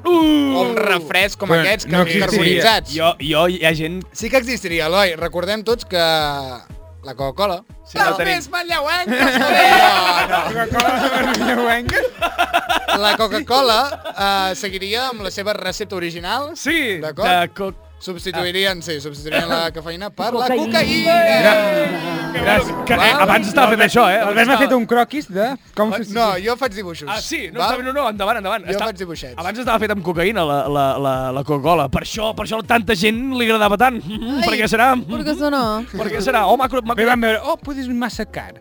Speaker 1: Uh!
Speaker 3: O un refresc com
Speaker 5: Bueno,
Speaker 3: aquests, que
Speaker 5: no
Speaker 3: no
Speaker 5: existiria.
Speaker 3: carbonitzats.
Speaker 1: Jo, jo, hi ha gent...
Speaker 3: Sí que existiria, Eloi. Recordem tots que la Coca-Cola...
Speaker 1: Sí, la tenim.
Speaker 3: més manlleuenc que es podria. No, no.
Speaker 5: Ah,
Speaker 3: La Coca-Cola eh, seguiria amb la seva recepta original.
Speaker 1: Sí,
Speaker 3: D'acord.
Speaker 1: de coc...
Speaker 3: Substituirien, sí, substituirien la cafeïna per la cocaïna.
Speaker 5: Gràcies.
Speaker 1: Que, eh, abans estava fent això, eh?
Speaker 5: L'Albert m'ha fet un croquis de com
Speaker 3: Fa-
Speaker 5: substituir.
Speaker 3: No, jo faig dibuixos.
Speaker 1: Ah, sí? No,
Speaker 3: val?
Speaker 1: estava, no, no, endavant, endavant.
Speaker 3: Jo faig dibuixets.
Speaker 1: Abans estava fet amb cocaïna, la, la, la, la Coca-Cola. Per això, per això tanta gent li agradava tant. Ai, per què serà?
Speaker 4: Perquè això no.
Speaker 1: Per què serà? Oh, macro,
Speaker 5: Bé,
Speaker 1: macro...
Speaker 5: vam veure, oh, potser és massa car.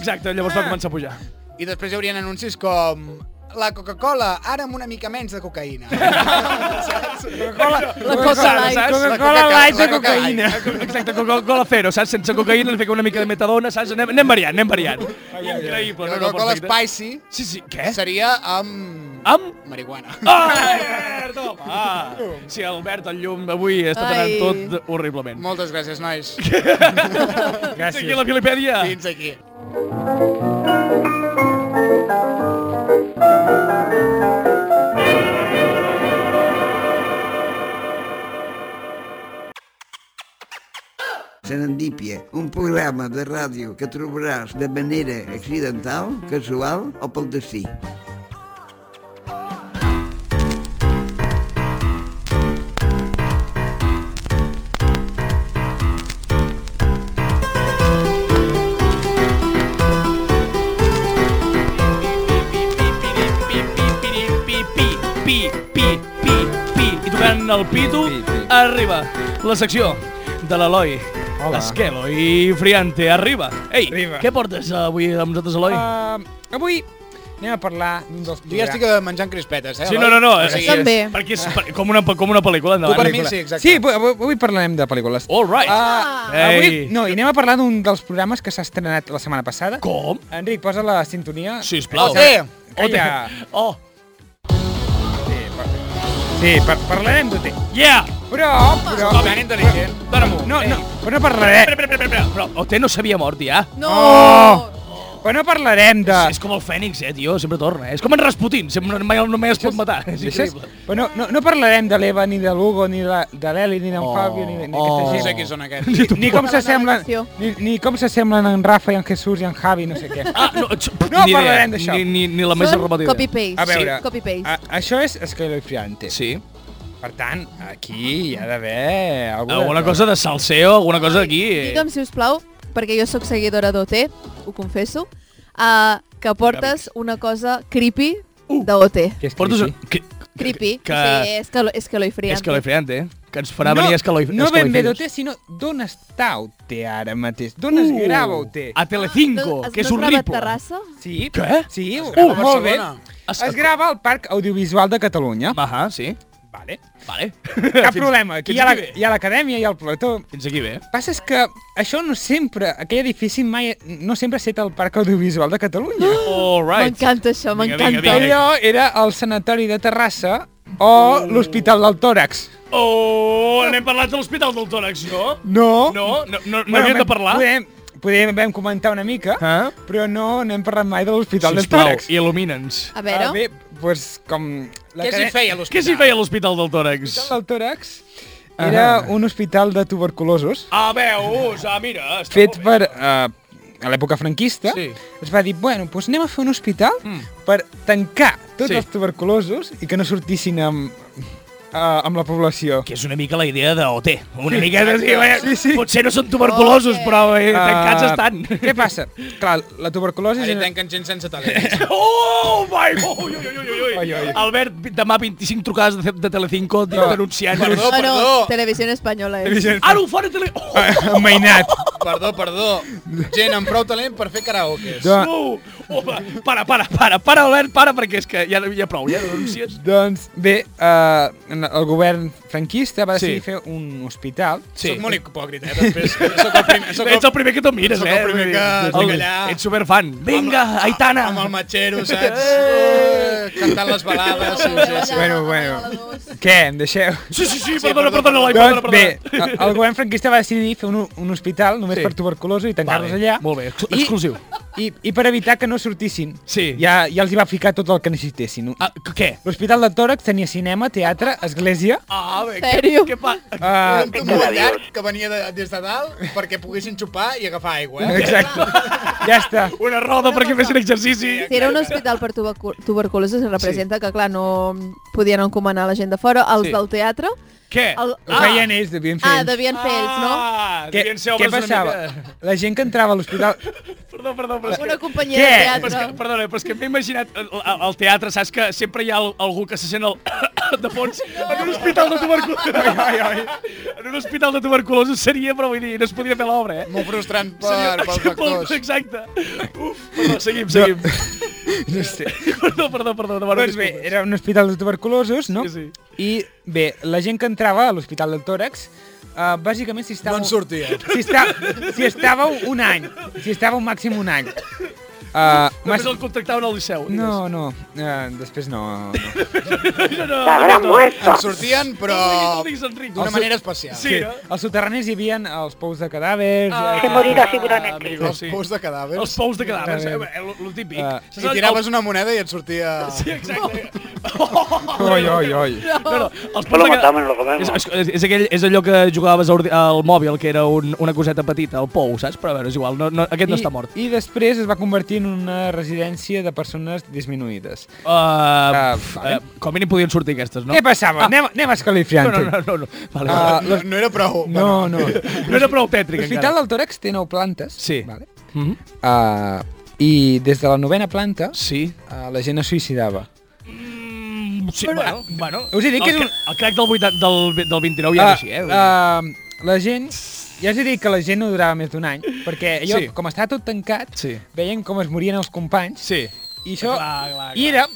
Speaker 1: Exacte, llavors va començar a pujar.
Speaker 3: I després hi haurien anuncis com la Coca-Cola, ara amb una mica menys de cocaïna.
Speaker 5: Coca-Cola,
Speaker 4: La Coca
Speaker 5: saps?
Speaker 4: Light.
Speaker 3: La
Speaker 5: Coca-Cola
Speaker 3: Coca-
Speaker 5: light de
Speaker 3: la Coca
Speaker 5: cocaïna.
Speaker 1: Exacte, Coca-Cola Zero, saps? Sense cocaïna, li fica una mica de metadona, saps? Anem, anem variant, anem variant. Increïble. no,
Speaker 3: La
Speaker 1: no,
Speaker 3: Coca-Cola
Speaker 1: perfecte. Eh?
Speaker 3: Spicy
Speaker 1: Sí, sí, què?
Speaker 3: seria amb...
Speaker 1: Amb...
Speaker 3: Marihuana.
Speaker 1: Ah. Albert, home! Ah, sí, Albert, el llum avui està
Speaker 4: Ai.
Speaker 1: anant tot horriblement.
Speaker 3: Moltes gràcies, nois.
Speaker 1: Gràcies. Aquí la Filipèdia.
Speaker 3: Fins aquí.
Speaker 2: Serendípia, un programa de ràdio que trobaràs de manera accidental, casual o pel destí.
Speaker 1: pi, pi, pi, pi. I tocant el pito,
Speaker 5: Pi, pi.
Speaker 1: arriba la secció de l'Eloi.
Speaker 5: Hola.
Speaker 1: Esquelo i Friante, arriba. Ei,
Speaker 5: Arriba.
Speaker 1: què portes avui amb nosaltres, Eloi?
Speaker 5: Uh, avui anem a parlar d'un dels
Speaker 3: Jo ja estic eh, menjant crispetes, eh?
Speaker 1: sí, no,
Speaker 3: Eloi?
Speaker 1: no, no.
Speaker 3: O
Speaker 1: és-
Speaker 3: sigui,
Speaker 4: També.
Speaker 1: Perquè és per- com una, com una pel·lícula,
Speaker 3: Tu
Speaker 1: endavant.
Speaker 3: per mi sí, exacte.
Speaker 5: Sí, avui, avui- avui parlarem de pel·lícules.
Speaker 1: All right.
Speaker 5: Ah,
Speaker 1: Oh, Ei.
Speaker 5: avui, no, i anem a parlar d'un dels programes que s'ha estrenat la setmana passada.
Speaker 1: Com?
Speaker 5: Enric, posa la sintonia.
Speaker 1: Sisplau.
Speaker 3: OT.
Speaker 5: Calla.
Speaker 1: Oh,
Speaker 5: Sí, per... sí per, parlarem d'OT.
Speaker 1: yeah!
Speaker 5: Però, però...
Speaker 1: Com ben intel·ligent. Dóna'm-ho.
Speaker 5: No,
Speaker 1: Ei.
Speaker 5: no, però no parlarem,
Speaker 1: Espera, espera, espera, espera. Però Ote no s'havia mort, ja.
Speaker 4: No!
Speaker 1: Oh,
Speaker 5: però no parlarem de...
Speaker 1: És com el Fènix, eh, tio, sempre torna. eh. És com en Rasputin, sempre, mai, mai es pot matar. És
Speaker 5: Deixes?
Speaker 1: increïble.
Speaker 5: Però no, no, no parlarem de l'Eva, ni de l'Hugo, ni de, la- de l'Eli, ni d'en
Speaker 1: Oh.
Speaker 5: Fabio, ni, de- ni
Speaker 1: Oh.
Speaker 5: d'aquesta
Speaker 3: No sé
Speaker 5: gent.
Speaker 3: qui són aquests.
Speaker 5: Ni, ni com
Speaker 4: Una bona
Speaker 5: s'assemblen
Speaker 4: elecció.
Speaker 5: ni, ni com s'assemblen en Rafa i en Jesús i en Javi, no sé què.
Speaker 1: Ah, no, tx,
Speaker 5: No
Speaker 1: ni idea.
Speaker 5: parlarem d'això.
Speaker 1: Ni, ni, ni la més
Speaker 4: Són
Speaker 1: rebatida.
Speaker 4: copy-paste.
Speaker 5: A veure, Ah,
Speaker 4: Sí, copy-paste.
Speaker 5: a, això és Escalero Friante.
Speaker 1: Sí.
Speaker 5: Per tant, aquí hi ha d'haver alguna,
Speaker 1: Alguna cosa de salseo, alguna cosa d'aquí. eh.
Speaker 4: Digue'm, si us plau, perquè jo sóc seguidora d'OT, ho confesso, uh, que portes una cosa creepy uh. d'OT.
Speaker 5: Que és
Speaker 1: Portes...
Speaker 5: creepy.
Speaker 1: Que,
Speaker 4: Creepy.
Speaker 1: Que,
Speaker 4: Sí, és que, és que lo
Speaker 1: és que lo friante, eh? Que ens farà venir escaloi...
Speaker 5: no ben bé
Speaker 1: escalofriants.
Speaker 5: d'OT, sinó d'on està OT ara mateix? D'on es grava OT?
Speaker 1: Uh. A Telecinco, que és horrible.
Speaker 4: Terrassa?
Speaker 5: Sí,
Speaker 1: Què?
Speaker 5: sí, uh,
Speaker 1: grava a
Speaker 5: molt bé.
Speaker 3: Barcelona.
Speaker 1: Es-
Speaker 5: Es, grava al Parc Audiovisual de Catalunya.
Speaker 1: Ahà, sí.
Speaker 5: Vale.
Speaker 1: Vale.
Speaker 5: Cap
Speaker 1: Fins-
Speaker 5: problema, aquí
Speaker 1: fins
Speaker 5: hi ha la-
Speaker 1: bé.
Speaker 5: hi ha l'acadèmia, hi ha el plató.
Speaker 1: Fins aquí bé.
Speaker 5: Passa és que això no sempre, aquell edifici mai, no sempre ha estat el Parc Audiovisual de Catalunya.
Speaker 1: All right.
Speaker 4: M'encanta això,
Speaker 1: Vinga,
Speaker 4: m'encanta.
Speaker 1: vinga, vinga.
Speaker 5: Allò era el sanatori de Terrassa o l'Hospital del Tòrax.
Speaker 1: Oh, n'hem parlat de l'Hospital del Tòrax, no?
Speaker 5: No.
Speaker 1: No, no, no, no havíem de parlar.
Speaker 5: Podem, podem, vam comentar una mica,
Speaker 1: Ah.
Speaker 5: però no n'hem parlat mai de l'Hospital del
Speaker 1: Sisplau,
Speaker 5: Tòrax.
Speaker 1: il·lumina'ns.
Speaker 4: A veure,
Speaker 5: Ah, bé, doncs com...
Speaker 3: Què s'hi feia a l'hospital?
Speaker 1: Què s'hi feia a l'Hospital del Tòrax?
Speaker 5: L'Hospital del Tòrax era
Speaker 1: Ah.
Speaker 5: un hospital de tuberculosos
Speaker 1: Ah, veus, ah, mira, està
Speaker 5: fet
Speaker 1: molt bé.
Speaker 5: per... eh, a l'època franquista,
Speaker 1: Sí. Mm.
Speaker 5: es va dir, bueno, doncs anem a fer un hospital per tancar tots
Speaker 1: Sí.
Speaker 5: els tuberculosos i que no sortissin amb, eh, amb la població.
Speaker 1: Que és una mica la idea d'OT. Una mica de... Sí, sí, sí. Potser no són tuberculosos,
Speaker 4: tuberculosos,
Speaker 1: però eh, tancats
Speaker 5: Eh,
Speaker 1: estan.
Speaker 5: Què passa? Clar, la tuberculosi...
Speaker 3: Ara hi
Speaker 5: és-
Speaker 3: tanquen gent sense talent.
Speaker 1: Oh, my... Oh, ui, ui, ui, ui, ui.
Speaker 5: Ai, ai.
Speaker 1: Albert, demà 25 trucades de, de Telecinco no. denunciant...
Speaker 4: Ah,
Speaker 3: Perdó,
Speaker 4: no,
Speaker 3: perdó.
Speaker 4: Televisió Espanyola és.
Speaker 1: Ara ho fan a Tele... Oh,
Speaker 5: Mainat.
Speaker 3: Perdó, perdó. Gent amb prou talent per fer karaokes.
Speaker 5: Do
Speaker 1: oh, oh, para, para, para, para, Albert, para, perquè és que ja n'hi ha prou, ja denuncies.
Speaker 5: doncs bé, eh, el govern franquista va
Speaker 1: Sí.
Speaker 5: decidir fer un hospital
Speaker 1: Sí.
Speaker 3: Soc molt hipòcrita, eh, després. Soc el primer, soc
Speaker 1: Ets el primer que te'l mires,
Speaker 3: Sóc
Speaker 1: eh?
Speaker 3: el primer
Speaker 1: Vull dir,
Speaker 3: que
Speaker 1: el-
Speaker 3: estic allà.
Speaker 1: Ets superfan. Vinga,
Speaker 3: Amb la-
Speaker 1: Aitana!
Speaker 3: Amb el matxero, saps?
Speaker 1: Eh!
Speaker 3: Eh! Cantant les balades. Sí, sí, sí.
Speaker 5: Ah, Bueno, bueno. Què, em deixeu?
Speaker 1: Sí, sí, sí, perdona, perdona, Eloi, perdona,
Speaker 5: Doncs bé,
Speaker 1: perdona.
Speaker 5: el el govern franquista va decidir fer un, un hospital només
Speaker 1: Sí.
Speaker 5: sí. per tuberculosos i tancar-los
Speaker 1: Vale,
Speaker 5: allà.
Speaker 1: molt bé, ex- exclusiu.
Speaker 5: I, I per evitar que no sortissin,
Speaker 1: Sí.
Speaker 5: ja, ja els hi va ficar tot el que necessitessin.
Speaker 1: Ah, què?
Speaker 5: L'Hospital de Tòrax tenia cinema, teatre, església...
Speaker 1: Ah, bé, què-
Speaker 4: Sèrio?
Speaker 1: què pa-
Speaker 5: Uh,
Speaker 3: Un tub molt llarg que venia de, des de dalt perquè poguessin xupar i agafar aigua. Eh?
Speaker 5: exacte, ja està.
Speaker 1: Una roda perquè fessin exercici.
Speaker 4: Si era un hospital per tubercu- tuberculosi, se representa que, clar, no podien encomanar la gent de fora. Els
Speaker 1: Sí.
Speaker 4: del teatre
Speaker 1: Què?
Speaker 4: el-
Speaker 5: Ho feien ells, devien fer
Speaker 4: ah,
Speaker 5: ells.
Speaker 4: devien fer ells, no?
Speaker 1: Ah,
Speaker 5: Què,
Speaker 1: devien ser
Speaker 5: què
Speaker 1: obres una
Speaker 5: passava?
Speaker 1: mica-
Speaker 5: La gent que entrava a l'hospital...
Speaker 1: Perdó, perdó, però és
Speaker 4: Una
Speaker 1: que-
Speaker 4: companyia
Speaker 5: Què?
Speaker 4: de
Speaker 1: però és que-
Speaker 4: teatre.
Speaker 1: perdona, però és que m'he imaginat el- el- el teatre, saps que sempre hi ha al- algú que se sent el- de fons en un hospital de tuberculosi. En un hospital de tuberculosi seria, però vull dir, no es podria fer l'obra, eh?
Speaker 3: Molt frustrant per,
Speaker 1: Seria-
Speaker 3: pels actors.
Speaker 1: Exacte. Uf, però seguim, seguim.
Speaker 5: No sé.
Speaker 1: Perdó, perdó, perdó. demano
Speaker 5: Doncs bé,
Speaker 1: disculpes.
Speaker 5: era un hospital de tuberculosos, no?
Speaker 1: Sí, sí.
Speaker 5: I bé, la gent que entrava a l'hospital del tòrax, uh, bàsicament si estava...
Speaker 3: No en sortia.
Speaker 5: Si, està, si estàveu un any, si estàveu màxim un any. Uh,
Speaker 1: Només el contractaven al Liceu. digues.
Speaker 5: No, no, uh, després no. no.
Speaker 1: No, no,
Speaker 6: La gran muestra.
Speaker 3: En sortien, però
Speaker 1: No diguis, no diguis, Enric.
Speaker 3: d'una
Speaker 1: Sí.
Speaker 3: manera especial.
Speaker 1: Sí, no?
Speaker 5: Als soterranis hi havia els pous de cadàvers... Ah.
Speaker 7: Que morirá seguramente.
Speaker 1: Amigo,
Speaker 3: Els
Speaker 1: sí.
Speaker 3: pous de cadàvers.
Speaker 1: Els pous de cadàvers,
Speaker 5: Ah,
Speaker 1: eh?
Speaker 5: bé.
Speaker 1: El, el típic.
Speaker 5: Ah.
Speaker 1: Uh,
Speaker 3: I tiraves una moneda i et sortia...
Speaker 1: Sí, exacte.
Speaker 5: Oi, oi, oi.
Speaker 1: No, no, els
Speaker 6: Pues
Speaker 1: pous
Speaker 6: lo
Speaker 1: de
Speaker 6: matamos
Speaker 1: cadàvers...
Speaker 6: en lo comemos.
Speaker 1: És, és, és, aquell, és allò que jugaves al ordi- al mòbil, que era un, una coseta petita, el pou, saps? Però a veure, és igual, no, no, aquest no està mort.
Speaker 5: I Ah, després es va convertir en una residència de persones disminuïdes.
Speaker 1: Uh, uh,
Speaker 5: Ah, vale.
Speaker 1: uh, com a mínim podien sortir aquestes, no?
Speaker 5: No. Què passava? Ah. Anem, anem
Speaker 1: No, no,
Speaker 5: escalifriant-ho.
Speaker 1: no, no. no. Vale,
Speaker 5: Ah,
Speaker 1: vale.
Speaker 3: No, no era prou.
Speaker 5: no, no.
Speaker 1: no era prou tètric,
Speaker 5: L'Hospital
Speaker 1: encara.
Speaker 5: del Tòrax té nou plantes.
Speaker 1: Sí.
Speaker 5: Vale?
Speaker 1: Mm -hmm.
Speaker 5: Uh, I des de la novena planta
Speaker 1: Sí.
Speaker 5: uh, la gent es suïcidava.
Speaker 1: Mm, sí, bueno, bueno.
Speaker 5: us he dit que
Speaker 1: el
Speaker 5: és un-
Speaker 1: cra-
Speaker 5: Ah,
Speaker 1: El crac del, 80, del, del 29 ja era així, eh? vull dir.
Speaker 5: uh, la gent... Ja us he dit que la gent no durava més d'un any, perquè allò,
Speaker 1: Sí.
Speaker 5: sí. com estava tot tancat,
Speaker 1: Sí.
Speaker 5: veien com es morien els companys,
Speaker 1: Sí.
Speaker 5: i això
Speaker 1: Clar, clar, clar.
Speaker 5: i era,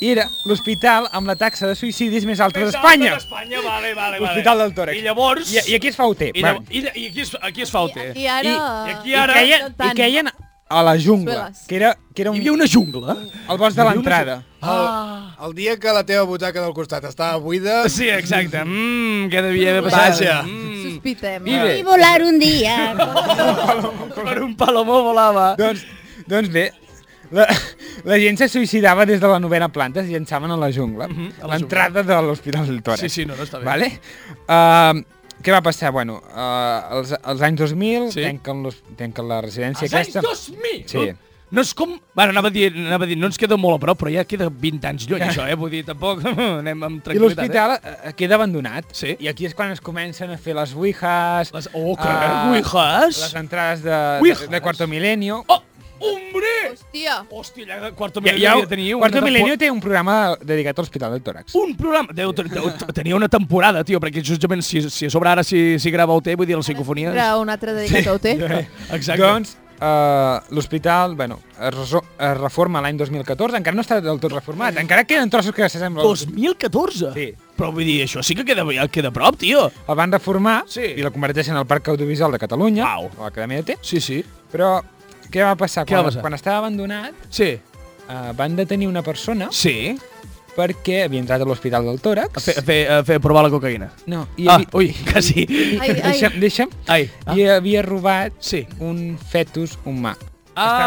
Speaker 5: i era l'hospital amb la taxa de suïcidis més alta d'Espanya.
Speaker 1: Espanya, vale, vale, vale.
Speaker 5: L'Hospital del Tòrax.
Speaker 1: I llavors...
Speaker 5: I, I aquí es fa UT.
Speaker 1: I, llav... I, lla- i aquí, es, aquí eh. es fa el té.
Speaker 4: I ara...
Speaker 1: I aquí ara-
Speaker 5: I queien,
Speaker 4: Tant.
Speaker 5: i queien a la jungla,
Speaker 4: Sueles.
Speaker 5: que era, que era un,
Speaker 1: Hi havia una jungla.
Speaker 5: el bosc de l'entrada.
Speaker 3: Ah. El, el dia que la teva butaca del costat estava buida...
Speaker 1: Ah, Sí, exacte. Mmm, què devia haver passat?
Speaker 3: Vaja.
Speaker 1: Mm,
Speaker 4: Sospitem.
Speaker 5: I bé,
Speaker 7: volar un día.
Speaker 1: per un palomó volava.
Speaker 5: doncs, doncs bé, la, la gent se suïcidava des de la novena planta, es llançaven a la jungla, uh
Speaker 1: Mhm, a
Speaker 5: -huh,
Speaker 1: la
Speaker 5: l'entrada de l'Hospital del Tòrax.
Speaker 1: Sí, sí, no, no està bé.
Speaker 5: Vale? Uh, què va passar? Bueno, uh, els, els anys 2000
Speaker 1: Sí.
Speaker 5: sí. tanquen, los, tanquen la residència
Speaker 1: Els anys
Speaker 5: aquesta.
Speaker 1: 2000!
Speaker 5: Sí.
Speaker 1: No és com... Bueno, anava a, dir, anava a dir, no ens queda molt a prop, però ja queda 20 anys lluny, això, eh? Vull dir, tampoc anem amb
Speaker 5: I
Speaker 1: tranquil·litat.
Speaker 5: l'hospital eh? queda abandonat.
Speaker 1: Sí.
Speaker 5: I aquí és quan es comencen a fer les ouijas...
Speaker 1: Les- oh, que
Speaker 5: eh,
Speaker 1: ouijas!
Speaker 5: Les entrades de, de,
Speaker 1: Ouijas!
Speaker 5: de Quarto Milenio.
Speaker 1: Eh? Oh, hombre!
Speaker 4: Hòstia.
Speaker 1: Hòstia, allà Quarto
Speaker 5: Ja,
Speaker 1: Milenio
Speaker 5: ja,
Speaker 1: ja, ja tenia una
Speaker 5: Quarto
Speaker 1: tempo-
Speaker 5: Milenio té un programa dedicat a l'Hospital del Tòrax.
Speaker 1: Un programa... Deu, deu, deu, tenia una temporada, tio, perquè justament si, si a sobre ara si, si grava OT, vull dir, les psicofonies...
Speaker 4: Era un altre dedicat a UT.
Speaker 1: Exacte.
Speaker 5: Doncs, uh, l'hospital, bueno, es, reso- es reforma l'any 2014, encara no està del tot reformat, encara queden trossos que s'assemblen. al-
Speaker 1: 2014?
Speaker 5: Sí.
Speaker 1: Però vull dir, això sí que queda, ja queda a prop, tio.
Speaker 5: El van reformar
Speaker 1: Sí.
Speaker 5: i la converteixen al Parc Audiovisual de Catalunya,
Speaker 1: Au.
Speaker 5: a l'Acadèmia de T,
Speaker 1: Sí, sí.
Speaker 5: però què va passar?
Speaker 1: Què
Speaker 5: quan,
Speaker 1: va passar?
Speaker 5: quan estava abandonat,
Speaker 1: Sí.
Speaker 5: uh, van detenir una persona
Speaker 1: Sí.
Speaker 5: perquè havia entrat a l'Hospital del
Speaker 1: A
Speaker 5: Tòrax.
Speaker 1: fer, a fer, a fer provar la cocaïna.
Speaker 5: No, i
Speaker 1: I, ah,
Speaker 5: havia...
Speaker 1: ui, quasi.
Speaker 4: Ai, ai.
Speaker 5: Deixa'm, deixa'm.
Speaker 1: Ai. Ah.
Speaker 5: I havia robat
Speaker 1: Sí.
Speaker 5: un fetus humà.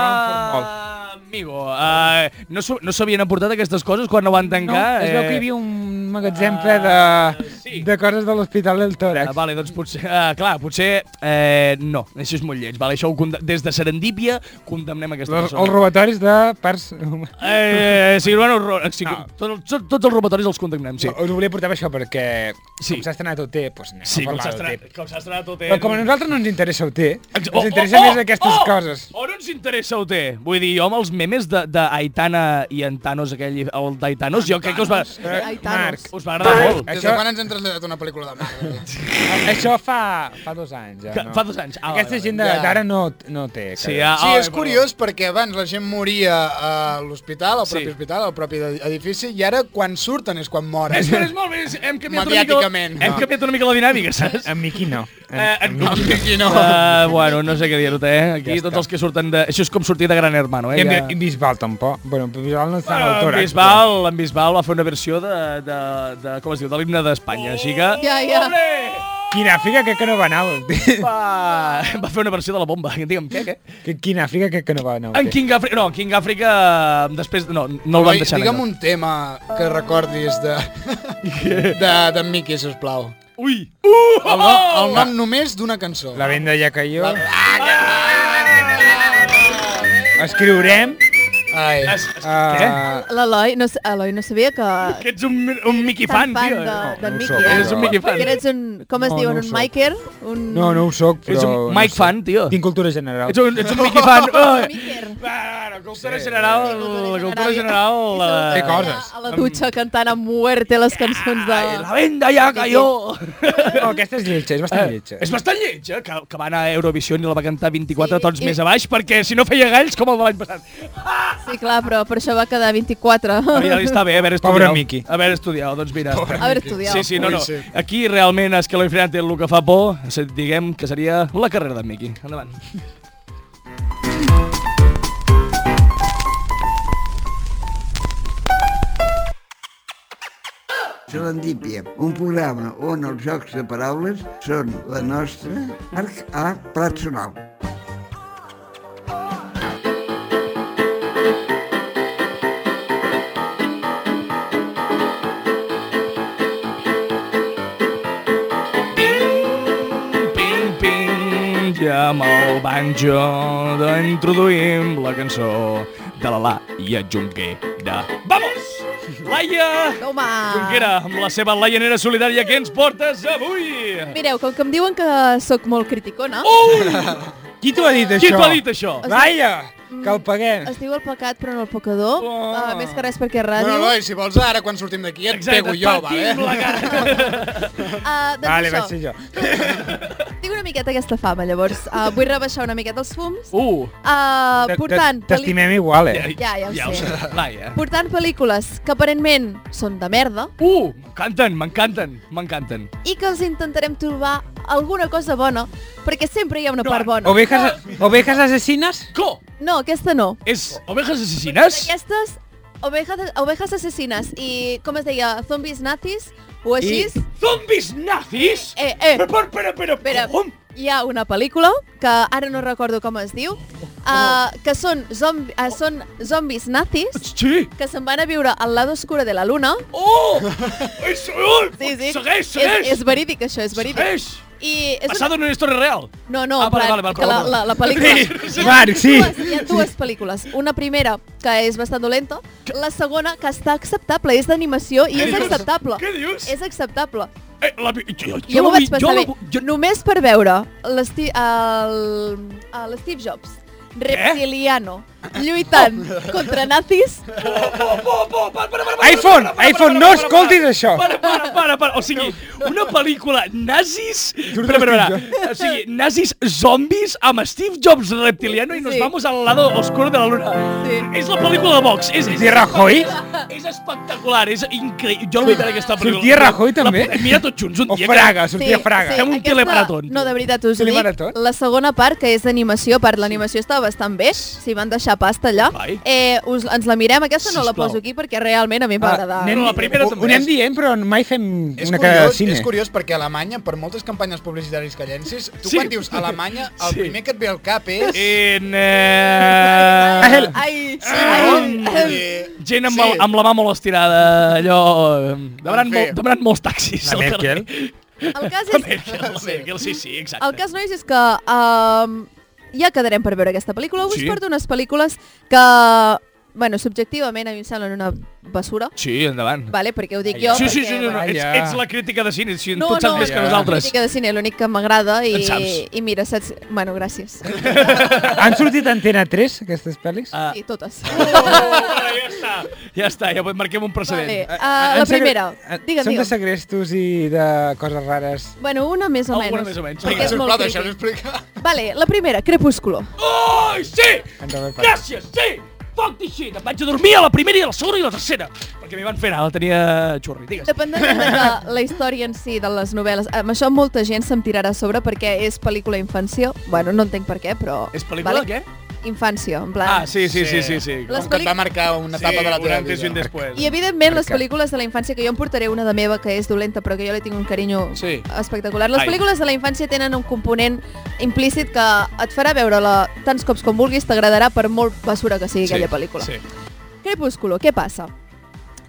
Speaker 1: Ah, amigo, uh, no, s'ho- no s'havien aportat aquestes coses quan no van
Speaker 5: No,
Speaker 1: tancar?
Speaker 5: es veu que hi havia un magatzem ple de,
Speaker 1: Ah, sí.
Speaker 5: de coses de l'Hospital del
Speaker 1: Ah,
Speaker 5: Tòrax.
Speaker 1: vale, doncs potser... Ah, clar, potser... Eh, no, això és molt lleig. Vale, això ho conde- des de Serendípia condemnem aquesta
Speaker 5: Els, els
Speaker 1: persona.
Speaker 5: robatoris de parts humanes.
Speaker 1: Eh, sí, bueno, ro- sí,
Speaker 5: No.
Speaker 1: tot, tot, tots els robatoris els condemnem, sí.
Speaker 5: Sí. Us volia portar això perquè
Speaker 1: Sí.
Speaker 5: sí. com s'ha estrenat OT, doncs anem
Speaker 1: Sí,
Speaker 5: a
Speaker 1: com
Speaker 5: parlar
Speaker 1: s'ha
Speaker 5: d'OT.
Speaker 1: estrenat, com s'ha estrenat tot
Speaker 5: Però com a nosaltres no ens interessa OT,
Speaker 1: Ex-
Speaker 5: ens interessa més aquestes
Speaker 1: oh,
Speaker 5: coses.
Speaker 1: Oh, no ens interessa OT. Vull dir, jo amb els memes de, de Aitana i Antanos, aquell, el d'Aitanos, jo crec que us va,
Speaker 5: Però,
Speaker 4: Ai, Thanos.
Speaker 5: Marc,
Speaker 1: us va agradar molt.
Speaker 3: Des
Speaker 5: Això-
Speaker 3: de quan ens han traslladat una pel·lícula de Marvel?
Speaker 5: això fa, fa dos anys, ja,
Speaker 1: Que,
Speaker 5: no?
Speaker 1: fa dos anys. Ah,
Speaker 5: Aquesta
Speaker 1: vale,
Speaker 5: gent de-
Speaker 3: Ja.
Speaker 5: d'ara no, no té.
Speaker 1: Sí,
Speaker 5: cara.
Speaker 1: ah,
Speaker 3: Sí,
Speaker 1: ah,
Speaker 3: és
Speaker 1: però-
Speaker 3: curiós perquè abans la gent moria a l'hospital, al propi
Speaker 1: Sí.
Speaker 3: hospital, al propi edifici, i ara quan surten és quan moren.
Speaker 1: És, que és molt bé, és- hem canviat una mica,
Speaker 3: Mediàticament,
Speaker 1: hem
Speaker 3: no.
Speaker 1: canviat una mica la dinàmica, saps?
Speaker 5: En Miqui no. En,
Speaker 1: Eh, en-
Speaker 5: en Miqui.
Speaker 3: Aquí no.
Speaker 1: Uh, bueno, no sé què dir-te, eh? Aquí
Speaker 5: Ja
Speaker 1: ja tots
Speaker 5: està.
Speaker 1: els que surten de... Això és com sortir de Gran Hermano, eh?
Speaker 5: I en Bi- i Bisbal tampoc. Bueno, en Bisbal no està en el
Speaker 1: En
Speaker 5: tòrax.
Speaker 1: Bisbal, en Bisbal va fer una versió de, de, de com es diu, de l'himne d'Espanya, així que...
Speaker 4: Ja, ja.
Speaker 5: però- Quina figa crec que no va anar. al-
Speaker 1: Va, va fer una versió de la bomba. Digue'm, què, què?
Speaker 5: Que- Quina figa crec que no va anar. al
Speaker 1: En
Speaker 5: té.
Speaker 1: King Africa... No, en King Africa... eh, Després... No, no el
Speaker 3: Oi,
Speaker 1: van deixar.
Speaker 3: Digue'm
Speaker 1: negre.
Speaker 3: un tema que recordis de... de d'en Miqui, sisplau.
Speaker 1: Ui! Uh!
Speaker 3: El, no, el nom només d'una cançó.
Speaker 5: La venda ja caió.
Speaker 1: Ah!
Speaker 5: Escriurem.
Speaker 3: Ai.
Speaker 1: Es, es, què?
Speaker 5: Uh,
Speaker 4: L'Eloi no, s- Eloi no sabia que...
Speaker 1: Que ets un, un Mickey fan,
Speaker 4: tan fan
Speaker 1: tio.
Speaker 4: de, de
Speaker 5: no ho
Speaker 4: Mickey,
Speaker 5: soc,
Speaker 4: eh?
Speaker 1: Eres un Mickey fan.
Speaker 4: Que eres un... Com es
Speaker 5: No,
Speaker 4: diuen?
Speaker 5: no ho
Speaker 4: un
Speaker 5: soc.
Speaker 4: miker? Un...
Speaker 5: no, no ho soc, però...
Speaker 1: Ets un Mike
Speaker 5: no ho soc.
Speaker 1: fan, tio.
Speaker 5: Tinc cultura general.
Speaker 1: Ets un, ets un Mickey fan.
Speaker 4: Un miker.
Speaker 1: Ah, cultura sí, general, la cultura general... eh, La...
Speaker 5: Té coses.
Speaker 4: A la dutxa cantant a muerte les cançons de...
Speaker 1: Ai, la venda ja cayó!
Speaker 5: No, aquesta és lletja, és bastant lletja.
Speaker 1: Eh, És bastant lletja, que, que va anar a Eurovisió i la va cantar 24 sí, tons i... més a baix, perquè si no feia galls, com el de l'any passat.
Speaker 4: Sí, clar, però per això va quedar 24.
Speaker 1: Ah, ja li està bé, haver estudiat.
Speaker 5: Pobre Miqui.
Speaker 1: Haver estudiat, doncs mira.
Speaker 4: A veure, estudiar.
Speaker 1: Sí, sí, no, no. Aquí realment Escaló Infinat té el que fa por, diguem que seria la carrera d'en Miqui. Endavant.
Speaker 2: Serendípia, un programa on els jocs de paraules són la nostra arc a plat sonal.
Speaker 1: Ping, ping, i amb el banjo d'introduïm la cançó de la Laia Junquer de Vamos! Laia
Speaker 4: Toma!
Speaker 1: Junquera, amb la seva Laianera Solidària, què ens portes avui?
Speaker 4: Mireu, com que em diuen que sóc molt criticona,
Speaker 1: Ui!
Speaker 5: Qui t'ho ha dit, això?
Speaker 1: Qui t'ho ha dit, això?
Speaker 5: Laia,
Speaker 4: Mm,
Speaker 5: que el paguem.
Speaker 4: es diu el pecat però no el pecador,
Speaker 1: Oh.
Speaker 4: uh, més que res perquè
Speaker 3: Bueno,
Speaker 4: ràdio.
Speaker 3: Eloi, si vols, ara quan sortim d'aquí et pego jo, vale?
Speaker 1: patim la cara.
Speaker 4: Uh, doncs
Speaker 5: Vale,
Speaker 4: això,
Speaker 5: vaig ser jo.
Speaker 4: tinc una miqueta aquesta fama, llavors uh, vull rebaixar una miqueta els fums.
Speaker 1: Uh,
Speaker 4: Uh,
Speaker 5: T- t-
Speaker 4: portant, pel·li-
Speaker 5: T'estimem igual, eh?
Speaker 4: Ja, ja ho
Speaker 1: ja ho
Speaker 4: sé.
Speaker 1: sé. eh. Laia.
Speaker 4: portant pel·lícules que aparentment són de merda
Speaker 1: Uh, m'encanten, m'encanten, m'encanten.
Speaker 4: i que els intentarem trobar alguna cosa bona, perquè sempre hi ha una part bona.
Speaker 5: Ovejas, ovejas asesines?
Speaker 1: Co!
Speaker 4: No, aquesta no.
Speaker 1: És Ovejas Assassines?
Speaker 4: Aquestes, ovejas, ovejas assassines i, com es deia, zombis nazis o així. I...
Speaker 1: Zombis nazis?
Speaker 4: Eh, eh.
Speaker 1: Però, però, però, però,
Speaker 4: Espera,
Speaker 1: com?
Speaker 4: hi ha una pel·lícula, que ara no recordo com es
Speaker 1: Oh.
Speaker 4: diu, uh, que són, zombi, uh, són zombis nazis
Speaker 1: Sí.
Speaker 4: que se'n van a viure al lado oscuro de la luna.
Speaker 1: Oh! és, oh! Segueix, segueix!
Speaker 4: És, és verídic, això, és verídic.
Speaker 1: Segueix!
Speaker 4: I és
Speaker 1: Passada en una història real.
Speaker 4: No, no,
Speaker 1: Ah, vale,
Speaker 4: en
Speaker 1: vale, vale,
Speaker 4: que la,
Speaker 1: perdó.
Speaker 4: la, la pel·lícula...
Speaker 1: Sí,
Speaker 5: Marc, sí.
Speaker 4: Dues, hi ha dues pel·lícules. Una primera, que és bastant dolenta, la segona, que està acceptable, és d'animació i
Speaker 1: Què
Speaker 4: és
Speaker 1: dius?
Speaker 4: acceptable.
Speaker 1: Què dius?
Speaker 4: És acceptable.
Speaker 1: Eh, la, vi- jo, jo,
Speaker 4: Jo m'ho
Speaker 1: la vi-
Speaker 4: vaig passar
Speaker 1: jo,
Speaker 4: bé.
Speaker 1: la- Jo,
Speaker 4: Només per veure l'Steve el, el Steve Jobs, reptiliano,
Speaker 1: Oh,
Speaker 4: lluitant contra nazis,
Speaker 5: iPhone, iPhone, no escoltis això.
Speaker 1: Para, para, para, para. O sigui, una pel·lícula nazis...
Speaker 5: Surt
Speaker 1: Espera, espera,
Speaker 5: Steve
Speaker 1: espera. O sigui, nazis zombis amb Steve Jobs reptiliano i nos
Speaker 4: Sí.
Speaker 1: vamos al lado oscuro de la luna.
Speaker 4: Sí.
Speaker 1: És la pel·lícula de Vox. És, és,
Speaker 5: Sortia Rajoy?
Speaker 1: És espectacular, és increïble. Jo la veuré aquesta pel·lícula.
Speaker 5: Sortia Rajoy,
Speaker 1: La
Speaker 5: també?
Speaker 1: podem mirar tots junts un
Speaker 5: O
Speaker 1: dia.
Speaker 5: Fraga, sortia
Speaker 4: Sí,
Speaker 5: Fraga.
Speaker 1: Fem un
Speaker 4: aquesta-
Speaker 1: teleparaton.
Speaker 4: No, de veritat, us ho dic.
Speaker 5: Teleparaton?
Speaker 4: La segona part, que és d'animació, per l'animació està bastant bé, si van deixar pasta allà.
Speaker 1: Vai.
Speaker 4: Eh, us, ens la mirem, aquesta no la
Speaker 1: Sisplau.
Speaker 4: poso aquí perquè realment a mi em va agradar.
Speaker 1: anem- Però la primera
Speaker 5: ho-
Speaker 1: també
Speaker 5: Ho anem
Speaker 1: és.
Speaker 5: dient, però mai fem
Speaker 3: És
Speaker 5: una cara de
Speaker 3: curiós,
Speaker 5: cine.
Speaker 3: és curiós perquè a Alemanya, per moltes campanyes publicitàries que llencis, tu
Speaker 1: Sí.
Speaker 3: quan dius Alemanya, el
Speaker 1: Sí.
Speaker 3: primer que et ve al cap és...
Speaker 1: En... Eh...
Speaker 5: Àngel,
Speaker 4: Ai,
Speaker 3: Vull
Speaker 4: ai,
Speaker 3: dir,
Speaker 1: Gent amb,
Speaker 3: sí.
Speaker 1: el, amb la mà molt estirada, allò... eh,
Speaker 4: Doncs
Speaker 1: Demanant,
Speaker 3: En fi.
Speaker 1: molt, demanant molts taxis.
Speaker 5: La
Speaker 1: al carrer.
Speaker 5: Merkel.
Speaker 4: el cas
Speaker 1: La
Speaker 4: és...
Speaker 1: Merkel, la Merkel, sí, sí, exacte.
Speaker 4: El cas, nois, és que um, ja quedarem per veure aquesta pel·lícula. Us
Speaker 1: Sí.
Speaker 4: porto unes pel·lícules que, bueno, subjectivament a mi em semblen una basura,
Speaker 1: Sí, endavant.
Speaker 4: vale, perquè ho dic jo.
Speaker 1: Sí, sí,
Speaker 4: perquè,
Speaker 1: sí, no,
Speaker 4: bueno,
Speaker 1: no, ets,
Speaker 5: Vaja.
Speaker 1: ets la crítica de cine, si tu en saps més que
Speaker 5: ja.
Speaker 1: nosaltres.
Speaker 4: Crítica de cine, l'únic que m'agrada i,
Speaker 1: En saps.
Speaker 4: i mira, saps... Bueno, gràcies.
Speaker 5: Han sortit a Antena 3, aquestes pel·lis?
Speaker 1: Ah.
Speaker 4: Sí, totes.
Speaker 1: Oh, ja està, ja està, ja marquem un precedent.
Speaker 4: Vale.
Speaker 5: Ah,
Speaker 4: ah,
Speaker 5: han
Speaker 4: la
Speaker 5: segre-
Speaker 4: primera.
Speaker 5: ah,
Speaker 4: Digue'm,
Speaker 5: Són de
Speaker 4: digue'm.
Speaker 5: segrestos i de coses rares.
Speaker 4: Bueno, una més o
Speaker 1: Alguna
Speaker 4: menys.
Speaker 1: més o menys.
Speaker 4: perquè
Speaker 1: Vinga,
Speaker 4: és
Speaker 3: Sisplau,
Speaker 4: molt
Speaker 3: deixa'm
Speaker 4: crític.
Speaker 3: explicar.
Speaker 4: Vale, la primera, Crepúsculo.
Speaker 1: Ai, sí!
Speaker 5: Ens ho vam fer.
Speaker 1: Gràcies, sí! Fuck this shit! Em vaig a dormir a la primera i a la segona i a la tercera! Perquè m'hi van fer anar, la tenia xurri. Digues.
Speaker 4: Dependent de la, la història en si, de les novel·les, amb això molta gent se'm tirarà a sobre perquè és pel·lícula infància. Bueno, no entenc per què, però...
Speaker 1: És pel·lícula, què?
Speaker 4: Infància, en plan...
Speaker 1: Ah, sí, sí, sí, sí, sí.
Speaker 4: Les
Speaker 3: Com que et va
Speaker 4: pel·lícules-
Speaker 3: marcar una etapa de la
Speaker 1: un
Speaker 3: teva
Speaker 1: antes i un
Speaker 3: vida.
Speaker 1: després.
Speaker 4: I evidentment les
Speaker 5: Perquè-
Speaker 4: pel·lícules de la infància, que jo em portaré una de meva que és dolenta però que jo li tinc un carinyo
Speaker 1: Sí.
Speaker 4: espectacular. Les
Speaker 1: Ai.
Speaker 4: pel·lícules de la infància tenen un component implícit que et farà veure-la tants cops com vulguis, t'agradarà per molt basura que sigui aquella pel·lícula.
Speaker 1: Sí.
Speaker 4: Crepúsculo, què passa?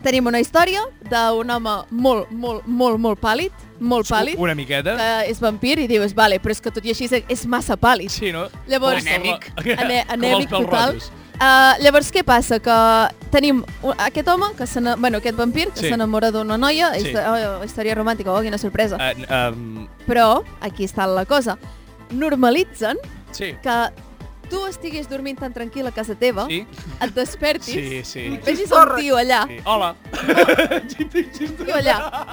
Speaker 4: Tenim una història d'un home molt, molt, molt, molt pàl·lid, molt pàl·lid, Eh,
Speaker 1: Una miqueta.
Speaker 4: que és vampir i dius, vale, però és que tot i així és- és massa pàl·lid.
Speaker 1: Sí, no?
Speaker 4: Llavors,
Speaker 1: Anèmic.
Speaker 4: Ane
Speaker 1: Com els
Speaker 4: anèmic
Speaker 1: pèls
Speaker 4: total.
Speaker 1: rojos.
Speaker 4: Uh, llavors, què passa? Que tenim un- aquest home, que se n'e- bueno, aquest vampir, que
Speaker 1: Sí.
Speaker 4: s'enamora d'una noia,
Speaker 1: Sí.
Speaker 4: sí. oh, història romàntica, oh, quina sorpresa.
Speaker 1: Eh, n- em,
Speaker 4: Però, aquí està la cosa, normalitzen
Speaker 1: sí.
Speaker 4: que tu estiguis dormint tan tranquil a casa teva,
Speaker 1: Sí.
Speaker 4: et despertis,
Speaker 1: Sí, sí.
Speaker 4: vegis un tio allà,
Speaker 1: Sí. Hola.
Speaker 4: un tio allà,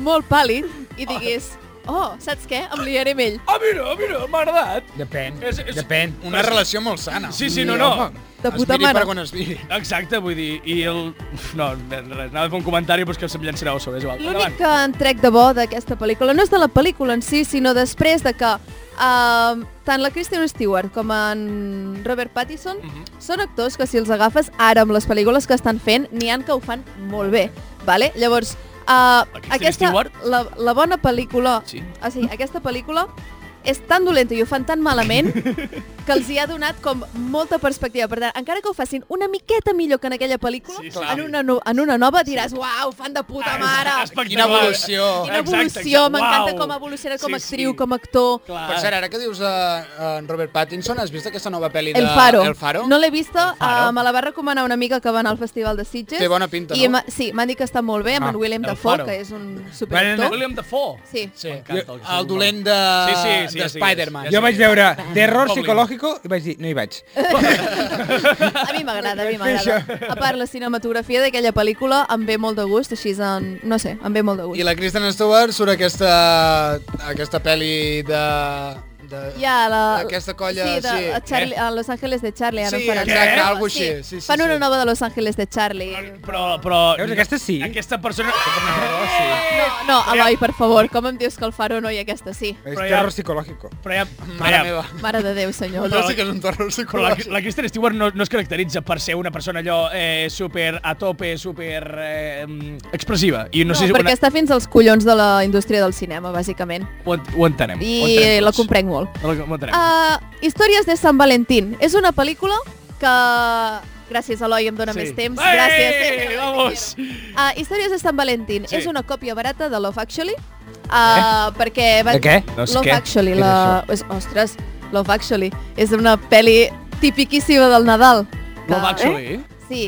Speaker 4: molt pàl·lid, i diguis, oh, saps què? Em liaré amb ell.
Speaker 1: Ah, mira, mira, m'ha agradat.
Speaker 5: Depèn,
Speaker 1: És- és-
Speaker 5: depèn.
Speaker 3: Una relació molt sana.
Speaker 1: Sí, sí, no, no.
Speaker 4: De puta
Speaker 3: es miri
Speaker 4: mare.
Speaker 3: per quan es miri.
Speaker 1: Exacte, vull dir, i el... No, res, anava a fer un comentari, però és que se'm llançarà a sobre, és igual.
Speaker 4: L'únic que en trec de bo d'aquesta pel·lícula no és de la pel·lícula en si, sinó després de que uh, tant la Kristen Stewart com en Robert Pattinson
Speaker 3: Mhm.
Speaker 4: són actors que si els agafes ara amb les pel·lícules que estan fent, n'hi han que ho fan molt bé, vale? Llavors, uh,
Speaker 1: Kristen
Speaker 4: aquesta,
Speaker 1: Stewart?
Speaker 4: la, la bona pel·lícula,
Speaker 1: Sí.
Speaker 4: o sigui, aquesta pel·lícula és tan dolenta i ho fan tan malament que els hi ha donat com molta perspectiva. Per tant, encara que ho facin una miqueta millor que en aquella pel·lícula,
Speaker 1: Sí, Ah, sí.
Speaker 4: en, una, no- en una nova diràs, uau, fan de puta mare!
Speaker 3: Quina evolució.
Speaker 4: Quina
Speaker 1: Exacte,
Speaker 4: evolució,
Speaker 1: exacte.
Speaker 4: m'encanta
Speaker 1: Uau.
Speaker 4: com ha evolucionat com a
Speaker 1: Sí,
Speaker 4: actriu,
Speaker 1: sí.
Speaker 4: com a actor.
Speaker 1: Clar.
Speaker 3: Per cert, ara que dius eh, en Robert Pattinson, has vist aquesta nova pel·li de...
Speaker 4: El Faro.
Speaker 3: El Faro?
Speaker 4: No l'he vista,
Speaker 1: Faro.
Speaker 4: eh, me la va recomanar una amiga que va anar al Festival de Sitges.
Speaker 3: Té bona pinta,
Speaker 4: i
Speaker 3: no?
Speaker 4: m'ha- Sí, m'han dit que està molt bé, amb
Speaker 5: Ah,
Speaker 4: en William
Speaker 1: El
Speaker 4: Dafoe,
Speaker 1: Faro.
Speaker 4: que és un
Speaker 5: Bueno,
Speaker 4: superactor.
Speaker 1: William Dafoe.
Speaker 4: Sí.
Speaker 3: Sí.
Speaker 1: M'encanta el seu
Speaker 3: El dolent de,
Speaker 1: Sí, sí, sí,
Speaker 3: de
Speaker 1: ja sé qui és,
Speaker 3: Spider-Man.
Speaker 1: ja sé
Speaker 5: Jo
Speaker 1: qui
Speaker 5: vaig
Speaker 1: és.
Speaker 5: veure Terror
Speaker 1: Goblin.
Speaker 5: psicològico i vaig dir, no hi vaig.
Speaker 4: A mi m'agrada, a mi m'agrada. A part, la cinematografia d'aquella pel·lícula em ve molt de gust, així en... no sé, em ve molt de
Speaker 3: I
Speaker 4: gust.
Speaker 3: la Kristen Stewart surt aquesta, aquesta pel·li de... de
Speaker 4: Hi ha la...
Speaker 3: Aquesta colla,
Speaker 4: sí. De,
Speaker 3: sí. Eh?
Speaker 4: a, Charlie, a Los Ángeles de Charlie, ara
Speaker 3: Sí,
Speaker 4: en faran.
Speaker 3: exacte,
Speaker 4: una nova.
Speaker 3: algo així, sí, sí,
Speaker 4: fan una
Speaker 3: sí.
Speaker 4: nova de Los Ángeles de Charlie.
Speaker 1: Però, però...
Speaker 5: Veus, aquesta sí.
Speaker 1: Aquesta persona...
Speaker 4: No, no, Eloi, per favor, com em dius que el Faro no hi ha aquesta sí?
Speaker 5: És
Speaker 1: Però ja-
Speaker 5: terror psicològico.
Speaker 1: Però ja...
Speaker 3: Mare
Speaker 1: ja-
Speaker 3: meva.
Speaker 4: Mare de Déu, senyor.
Speaker 3: Allò sí que és un terror
Speaker 1: Però la,
Speaker 3: psicològic.
Speaker 1: la Kristen Stewart no, no es caracteritza per ser una persona allò eh, super a tope, super eh, mm, expressiva. I no,
Speaker 4: No,
Speaker 1: sé si
Speaker 4: perquè està fins als collons de la indústria del cinema, bàsicament.
Speaker 1: ho, en- ho entenem. ho
Speaker 4: I
Speaker 1: entenem
Speaker 4: la
Speaker 1: tots.
Speaker 4: comprenc molt.
Speaker 1: La com- Ho entenem.
Speaker 4: Uh, Històries de Sant Valentín. És una pel·lícula que... Gràcies, Eloi, em dona més temps.
Speaker 1: Ei,
Speaker 4: Gràcies. eh,
Speaker 1: Vamos!
Speaker 4: Uh, Històries de Sant Valentín
Speaker 1: Sí.
Speaker 4: és una còpia barata de Love Actually. Uh, perquè... Va...
Speaker 5: De què?
Speaker 1: No sé
Speaker 4: Love
Speaker 1: què.
Speaker 4: Actually.
Speaker 5: Què és
Speaker 4: La... És, ostres, Love Actually. És una pel·li tipiquíssima del Nadal. que-
Speaker 1: Love Actually.
Speaker 4: Sí.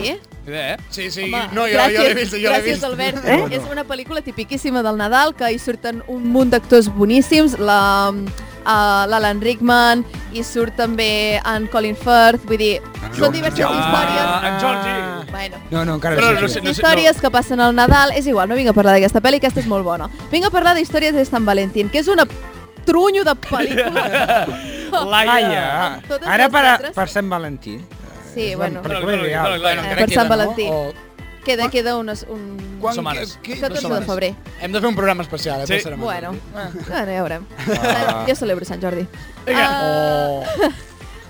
Speaker 1: Eh?
Speaker 3: Sí, sí,
Speaker 4: Home,
Speaker 3: no, jo, jo l'he vist, jo l'he
Speaker 4: gràcies,
Speaker 3: vist.
Speaker 4: Albert. Eh? És una pel·lícula tipiquíssima del Nadal, que hi surten un munt d'actors boníssims, la uh, l'Alan Rickman, hi surt també en Colin Firth, vull dir, són diverses històries.
Speaker 1: Ah, en Georgie.
Speaker 4: Bueno,
Speaker 5: No, no, encara
Speaker 1: Però
Speaker 5: no,
Speaker 1: no
Speaker 5: sé.
Speaker 1: sé-
Speaker 5: qui és.
Speaker 4: històries que passen al Nadal, és igual, no vinc a parlar d'aquesta pel·li, aquesta és molt bona. Vinc a parlar d'Històries de Sant Valentín, que és una trunyo de pel·lícula. Oh.
Speaker 1: Ah,
Speaker 5: Laia,
Speaker 4: Amb Ah, totes
Speaker 5: ara
Speaker 4: les
Speaker 5: per,
Speaker 4: lletres.
Speaker 5: per Sant Valentí.
Speaker 4: Sí,
Speaker 5: És la
Speaker 4: bueno.
Speaker 5: pel·lícula
Speaker 1: Però,
Speaker 5: ideal.
Speaker 1: però, però,
Speaker 3: Bueno,
Speaker 1: Eh,
Speaker 3: encara
Speaker 4: per
Speaker 3: queda,
Speaker 4: Sant Valentí.
Speaker 3: No? O,
Speaker 4: Queda, queda unes, un...
Speaker 3: quan,
Speaker 1: setmanes.
Speaker 3: que- que-
Speaker 4: 14 de
Speaker 3: setmanes.
Speaker 4: febrer.
Speaker 3: Hem de fer un programa especial, eh,
Speaker 1: Sí.
Speaker 3: per Sant Valentí.
Speaker 4: Bueno, bueno, ja veurem.
Speaker 5: Ah.
Speaker 4: Jo celebro Sant Jordi. Ah,
Speaker 3: Oh.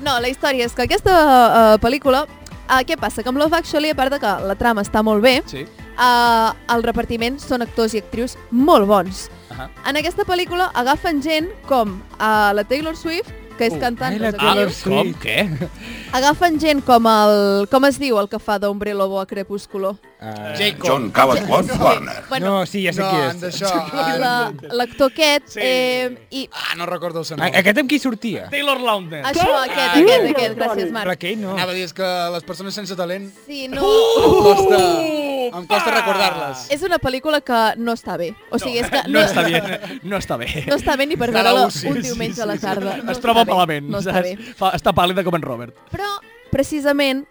Speaker 4: No, la història és que aquesta uh, pel·lícula... Uh, què passa? Que amb Love Actually, a part de que la trama està molt bé,
Speaker 1: Sí.
Speaker 4: uh, el repartiment són actors i actrius molt bons.
Speaker 1: Ahà.
Speaker 4: En aquesta pel·lícula agafen gent com uh, la Taylor Swift, que és
Speaker 1: Uh,
Speaker 4: cantant,
Speaker 5: ai,
Speaker 4: no
Speaker 5: la
Speaker 4: és
Speaker 1: Ah,
Speaker 5: Taylor
Speaker 4: actriu.
Speaker 5: Swift.
Speaker 1: com? Què?
Speaker 4: Agafen gent com el... Com es diu el que fa d'Hombre Lobo a Crepúsculo?
Speaker 5: Ah,
Speaker 3: Jacob.
Speaker 8: John Cabot Warner.
Speaker 4: Bueno,
Speaker 5: No, sí, ja sé
Speaker 3: no,
Speaker 5: qui
Speaker 3: en
Speaker 5: és.
Speaker 3: D'això,
Speaker 4: la-
Speaker 3: ah,
Speaker 4: l'actor aquest...
Speaker 1: Sí.
Speaker 4: Eh, I
Speaker 3: ah, no recordo el seu
Speaker 5: A-
Speaker 3: nom.
Speaker 5: Aquest amb qui sortia?
Speaker 1: Taylor Lautner.
Speaker 4: això, aquest, aquest, aquest, gràcies,
Speaker 5: Però
Speaker 4: Marc.
Speaker 5: aquell no.
Speaker 3: Anava a dir és que les persones sense talent
Speaker 4: Sí, no...
Speaker 3: em costa,
Speaker 1: Uh!
Speaker 3: em costa recordar-les.
Speaker 4: És una pel·lícula que no està bé. O sigui, és que
Speaker 1: No està bé. No està bé.
Speaker 4: No està bé ni per
Speaker 3: Està a
Speaker 4: veure-la
Speaker 3: l'UCI,
Speaker 4: un
Speaker 3: sí,
Speaker 4: diumenge
Speaker 3: sí,
Speaker 4: a la
Speaker 3: sí.
Speaker 4: tarda. No
Speaker 1: es troba
Speaker 4: està bé,
Speaker 1: malament,
Speaker 4: No està bé.
Speaker 1: saps? Fa, està pàl·lida com en Robert.
Speaker 4: Però, precisament,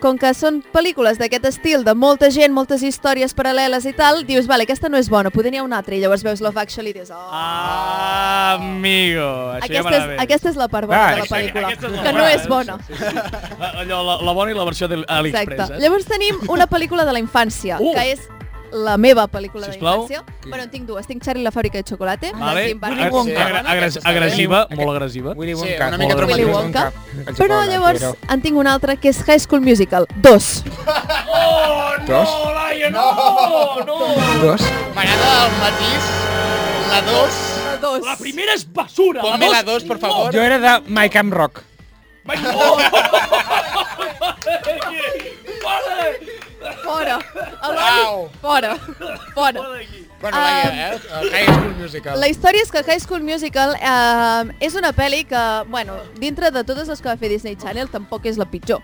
Speaker 4: com que són pel·lícules d'aquest estil, de molta gent, moltes històries paral·leles i tal, dius, vale, aquesta no és bona, podria n'hi ha una altra, i llavors veus Love Actually i dius, oh...
Speaker 1: Ah, amigo, això ja
Speaker 4: Aquesta és,
Speaker 1: m'agrada bé.
Speaker 4: aquesta és la part bona
Speaker 5: Va,
Speaker 4: de la
Speaker 5: exacte,
Speaker 4: pel·lícula,
Speaker 1: aquesta és la
Speaker 4: que no
Speaker 1: bona,
Speaker 4: és bona.
Speaker 1: Allò, la, la bona i la versió de
Speaker 4: Exacte.
Speaker 1: AliExpress, eh?
Speaker 4: Llavors tenim una pel·lícula de la infància,
Speaker 1: Uh.
Speaker 4: que és la meva pel·lícula de la
Speaker 1: Sisplau. Ah,
Speaker 4: infància. Bueno, en tinc dues. Tinc Charlie i la fàbrica de xocolata,
Speaker 1: Vale.
Speaker 4: de Tim Burton.
Speaker 5: Willy Wonka.
Speaker 1: Agra- agres- agressiva, molt agressiva.
Speaker 5: Willy
Speaker 3: Sí,
Speaker 5: Wonka.
Speaker 3: una mica
Speaker 5: Molt
Speaker 4: Willy
Speaker 5: agressiva.
Speaker 4: Wonka.
Speaker 5: El
Speaker 4: Però
Speaker 5: xocolatero.
Speaker 4: llavors en tinc una altra, que és High School Musical 2.
Speaker 1: Oh,
Speaker 5: Dos?
Speaker 1: Laia, no! no.
Speaker 5: Dos?
Speaker 3: M'agrada el matís, la 2.
Speaker 4: La 2.
Speaker 1: La primera és basura.
Speaker 3: Ponme la 2, per favor.
Speaker 5: Jo era de My Camp Rock.
Speaker 1: Vai, oh! Fora!
Speaker 4: Fora. Eloi,
Speaker 3: Uau.
Speaker 4: fora. Fora.
Speaker 3: Bueno, Laia, eh? El High School Musical.
Speaker 4: La història és que High School Musical eh, és una pel·li que, bueno, dintre de totes les que va fer Disney Channel, tampoc és la pitjor.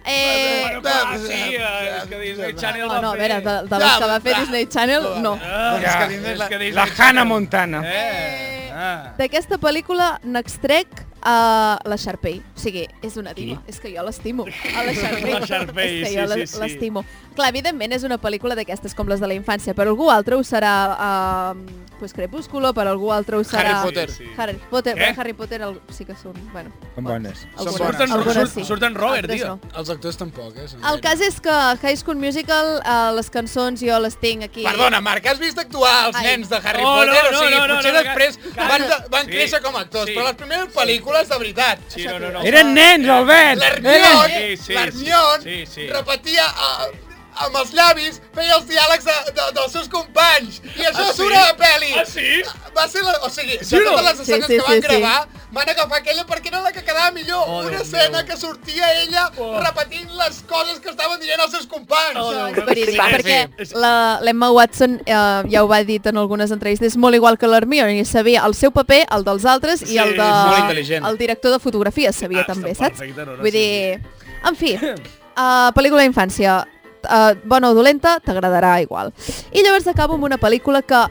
Speaker 4: Eh,
Speaker 1: Bueno, clar, sí, eh, és que Disney Channel
Speaker 4: no,
Speaker 1: va
Speaker 4: no, a
Speaker 1: fer-
Speaker 4: veure, de, de les que va fer Disney Channel, no.
Speaker 1: Ah, eh, és que
Speaker 5: Ja,
Speaker 1: Disney- és que Disney
Speaker 5: La
Speaker 1: Channel-
Speaker 5: Hannah Montana.
Speaker 1: Eh, ah.
Speaker 4: D'aquesta pel·lícula n'extrec Uh, la Sharpay. O sigui, és una diva. És que jo l'estimo. A la Sharpay.
Speaker 1: La Sharpay,
Speaker 4: és que
Speaker 1: sí,
Speaker 4: jo la-
Speaker 1: sí, sí.
Speaker 4: l'estimo. Clar, evidentment és una pel·lícula d'aquestes com les de la infància. Per algú altre ho serà uh, pues Crepúsculo, per algú altre ho serà...
Speaker 3: Harry Potter. Sí,
Speaker 4: Harry Potter.
Speaker 1: Què?
Speaker 4: Bueno, Harry Potter el... sí que són... Bueno,
Speaker 5: Són bones.
Speaker 4: algunes,
Speaker 3: Surten-
Speaker 4: algunes
Speaker 1: surt-
Speaker 4: sí.
Speaker 1: surten Robert,
Speaker 4: Altres
Speaker 1: tio.
Speaker 4: No.
Speaker 3: Els actors tampoc, eh?
Speaker 4: El cas és que High School Musical, uh, les cançons jo les tinc aquí.
Speaker 3: Perdona, Marc, has vist actuar els
Speaker 4: Ai.
Speaker 3: nens de Harry
Speaker 1: No,
Speaker 3: Potter?
Speaker 1: no,
Speaker 3: o sigui,
Speaker 1: no, no,
Speaker 3: potser
Speaker 1: no, no,
Speaker 3: després
Speaker 1: cal-
Speaker 3: van, de- van
Speaker 1: Sí.
Speaker 3: créixer com a actors,
Speaker 1: Sí.
Speaker 3: però les primeres pel·lícules, de veritat.
Speaker 1: Sí, no, no, Ah, no.
Speaker 5: Eren nens, Albert!
Speaker 3: L'Arnion,
Speaker 1: Sí, sí,
Speaker 3: l'Arnion
Speaker 1: sí, sí.
Speaker 3: repetia eh, amb els llavis, feia els diàlegs de, de, dels seus companys. I això
Speaker 1: Ah, sí?
Speaker 3: surt a la pel·li.
Speaker 1: Ah, sí?
Speaker 3: Va ser la... O sigui,
Speaker 1: Sí
Speaker 3: sí,
Speaker 1: o
Speaker 3: de
Speaker 1: no?
Speaker 3: totes les
Speaker 4: Sí,
Speaker 3: escenes
Speaker 4: sí,
Speaker 3: que van
Speaker 4: sí, sí.
Speaker 3: gravar, van agafar aquella perquè era la que quedava millor.
Speaker 1: Oh,
Speaker 3: Una
Speaker 1: Déu
Speaker 3: escena
Speaker 1: meu.
Speaker 3: que sortia ella repetint les coses que estaven dient els seus companys.
Speaker 1: Oh, Déu
Speaker 4: és verídic,
Speaker 1: Sí,
Speaker 4: perquè
Speaker 1: sí.
Speaker 4: la- l'Emma Watson eh, ja ho va dit en algunes entrevistes, és molt igual que l'Hermione, sabia el seu paper, el dels altres
Speaker 1: Sí,
Speaker 4: i el de...
Speaker 1: és molt
Speaker 5: intel·ligent.
Speaker 4: El director de fotografia sabia
Speaker 1: Ah, està
Speaker 4: també, saps?
Speaker 1: perfecte, no, no,
Speaker 4: Vull
Speaker 1: sí,
Speaker 4: dir... En fi, uh, pel·lícula d'infància, uh, bona o dolenta, t'agradarà igual. I llavors acabo amb una pel·lícula que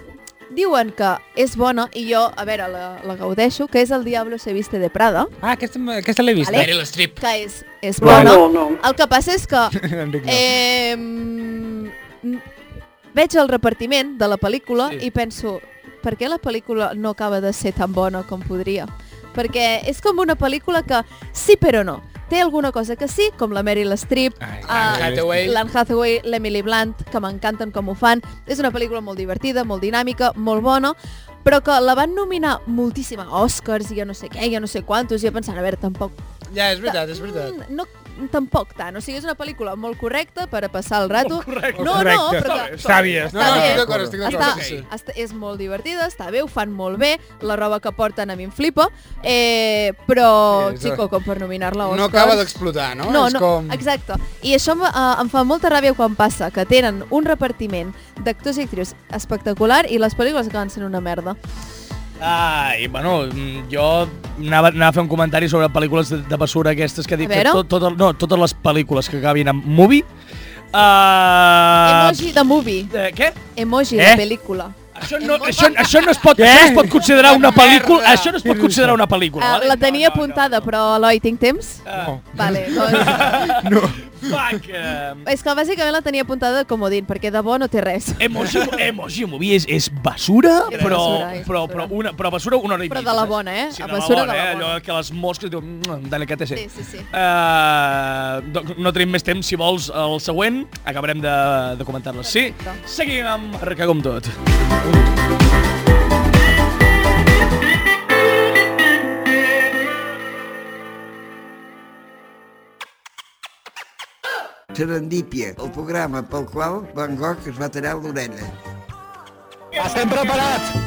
Speaker 4: diuen que és bona i jo, a veure, la, la gaudeixo, que és El Diablo se viste de Prada,
Speaker 5: Ah, aquesta, aquesta l'he vista.
Speaker 4: Vale.
Speaker 3: Meryl Streep.
Speaker 4: que és, és bona.
Speaker 6: No, no.
Speaker 4: El que passa és que
Speaker 5: Enric, no.
Speaker 4: Eh, mm, veig el repartiment de la pel·lícula sí. i penso, per què la pel·lícula no acaba de ser tan bona com podria? Perquè és com una pel·lícula que sí però no. Té alguna cosa que sí, com la Meryl Streep,
Speaker 5: Ai,
Speaker 4: ah,
Speaker 3: Hathaway.
Speaker 4: l'Anne Hathaway, l'Emily Blunt, que m'encanten com ho fan. És una pel·lícula molt divertida, molt dinàmica, molt bona, però que la van nominar moltíssima a Oscars i a no sé què, i a no sé quantos, i jo pensant, a veure, tampoc
Speaker 3: Ja, és veritat, és veritat.
Speaker 4: Mm, No, tampoc tant. O sigui, és una pel·lícula molt correcta per a passar el rato.
Speaker 1: correcta.
Speaker 4: No, no,
Speaker 5: Correcte.
Speaker 4: però que...
Speaker 5: Està bé, està
Speaker 3: No, no,
Speaker 4: bé.
Speaker 3: estic d'acord, estic
Speaker 4: Està, Ah,
Speaker 3: d'acord. sí, sí.
Speaker 4: està, és molt divertida, està bé, ho fan molt bé, la roba que porten a mi em flipa, eh, però,
Speaker 5: Sí, és-
Speaker 4: xico, com per nominar-la a
Speaker 3: No
Speaker 4: Oscars...
Speaker 3: acaba d'explotar, no?
Speaker 4: No,
Speaker 3: és
Speaker 4: no,
Speaker 3: com...
Speaker 4: exacte. I això em- eh, em fa molta ràbia quan passa, que tenen un repartiment d'actors i actrius espectacular i les pel·lícules acaben sent una merda.
Speaker 1: Ai, bueno, mm, jo anava, anava a fer un comentari sobre pel·lícules de, de basura aquestes que dic
Speaker 4: A
Speaker 1: que
Speaker 4: veure.
Speaker 1: tot, tot, el- no, totes les pel·lícules que acabin amb movie...
Speaker 3: Ah.
Speaker 1: Uh,
Speaker 4: Emoji de movie,
Speaker 1: Eh, què?
Speaker 4: emoji
Speaker 5: Eh?
Speaker 4: de pel·lícula.
Speaker 1: Això no, això, això no es pot, això no es pot considerar una pel·lícula,
Speaker 3: Merda.
Speaker 1: això no es pot considerar una pel·lícula.
Speaker 4: Ah,
Speaker 1: vale? Ah.
Speaker 4: la tenia
Speaker 1: No, no,
Speaker 4: apuntada, però, Eloi, tinc temps?
Speaker 5: No.
Speaker 4: Vale, doncs...
Speaker 5: No.
Speaker 1: Fuck. Eh,
Speaker 4: És que bàsicament la tenia apuntada de comodín, perquè de bo no té res.
Speaker 1: emoji, emoji Movie és, és basura,
Speaker 4: És
Speaker 1: però,
Speaker 4: basura, és
Speaker 1: però,
Speaker 4: basura.
Speaker 1: però, una, però basura una hora i
Speaker 4: Però
Speaker 1: mitja,
Speaker 4: de la
Speaker 1: saps?
Speaker 4: bona, eh?
Speaker 1: Sí,
Speaker 4: A
Speaker 1: de la
Speaker 4: basura
Speaker 1: bona,
Speaker 4: de la
Speaker 1: eh?
Speaker 4: bona.
Speaker 1: Allò que les mosques diuen... "Mm, Dale, que té
Speaker 4: Sí, sí, sí.
Speaker 1: Uh, doncs no tenim més temps, si vols, el següent. Acabarem de, de comentar-les. Sí?
Speaker 4: Perfecte.
Speaker 1: Seguim amb Arrecagó amb tot.
Speaker 2: Serendípia, el programa pel qual Van Gogh es va tallar l'orella.
Speaker 5: Estem preparats!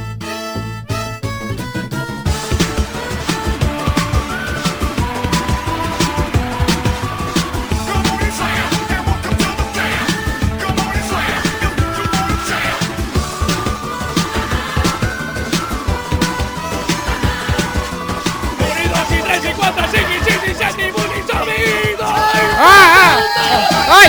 Speaker 5: Ah, ah! Ai,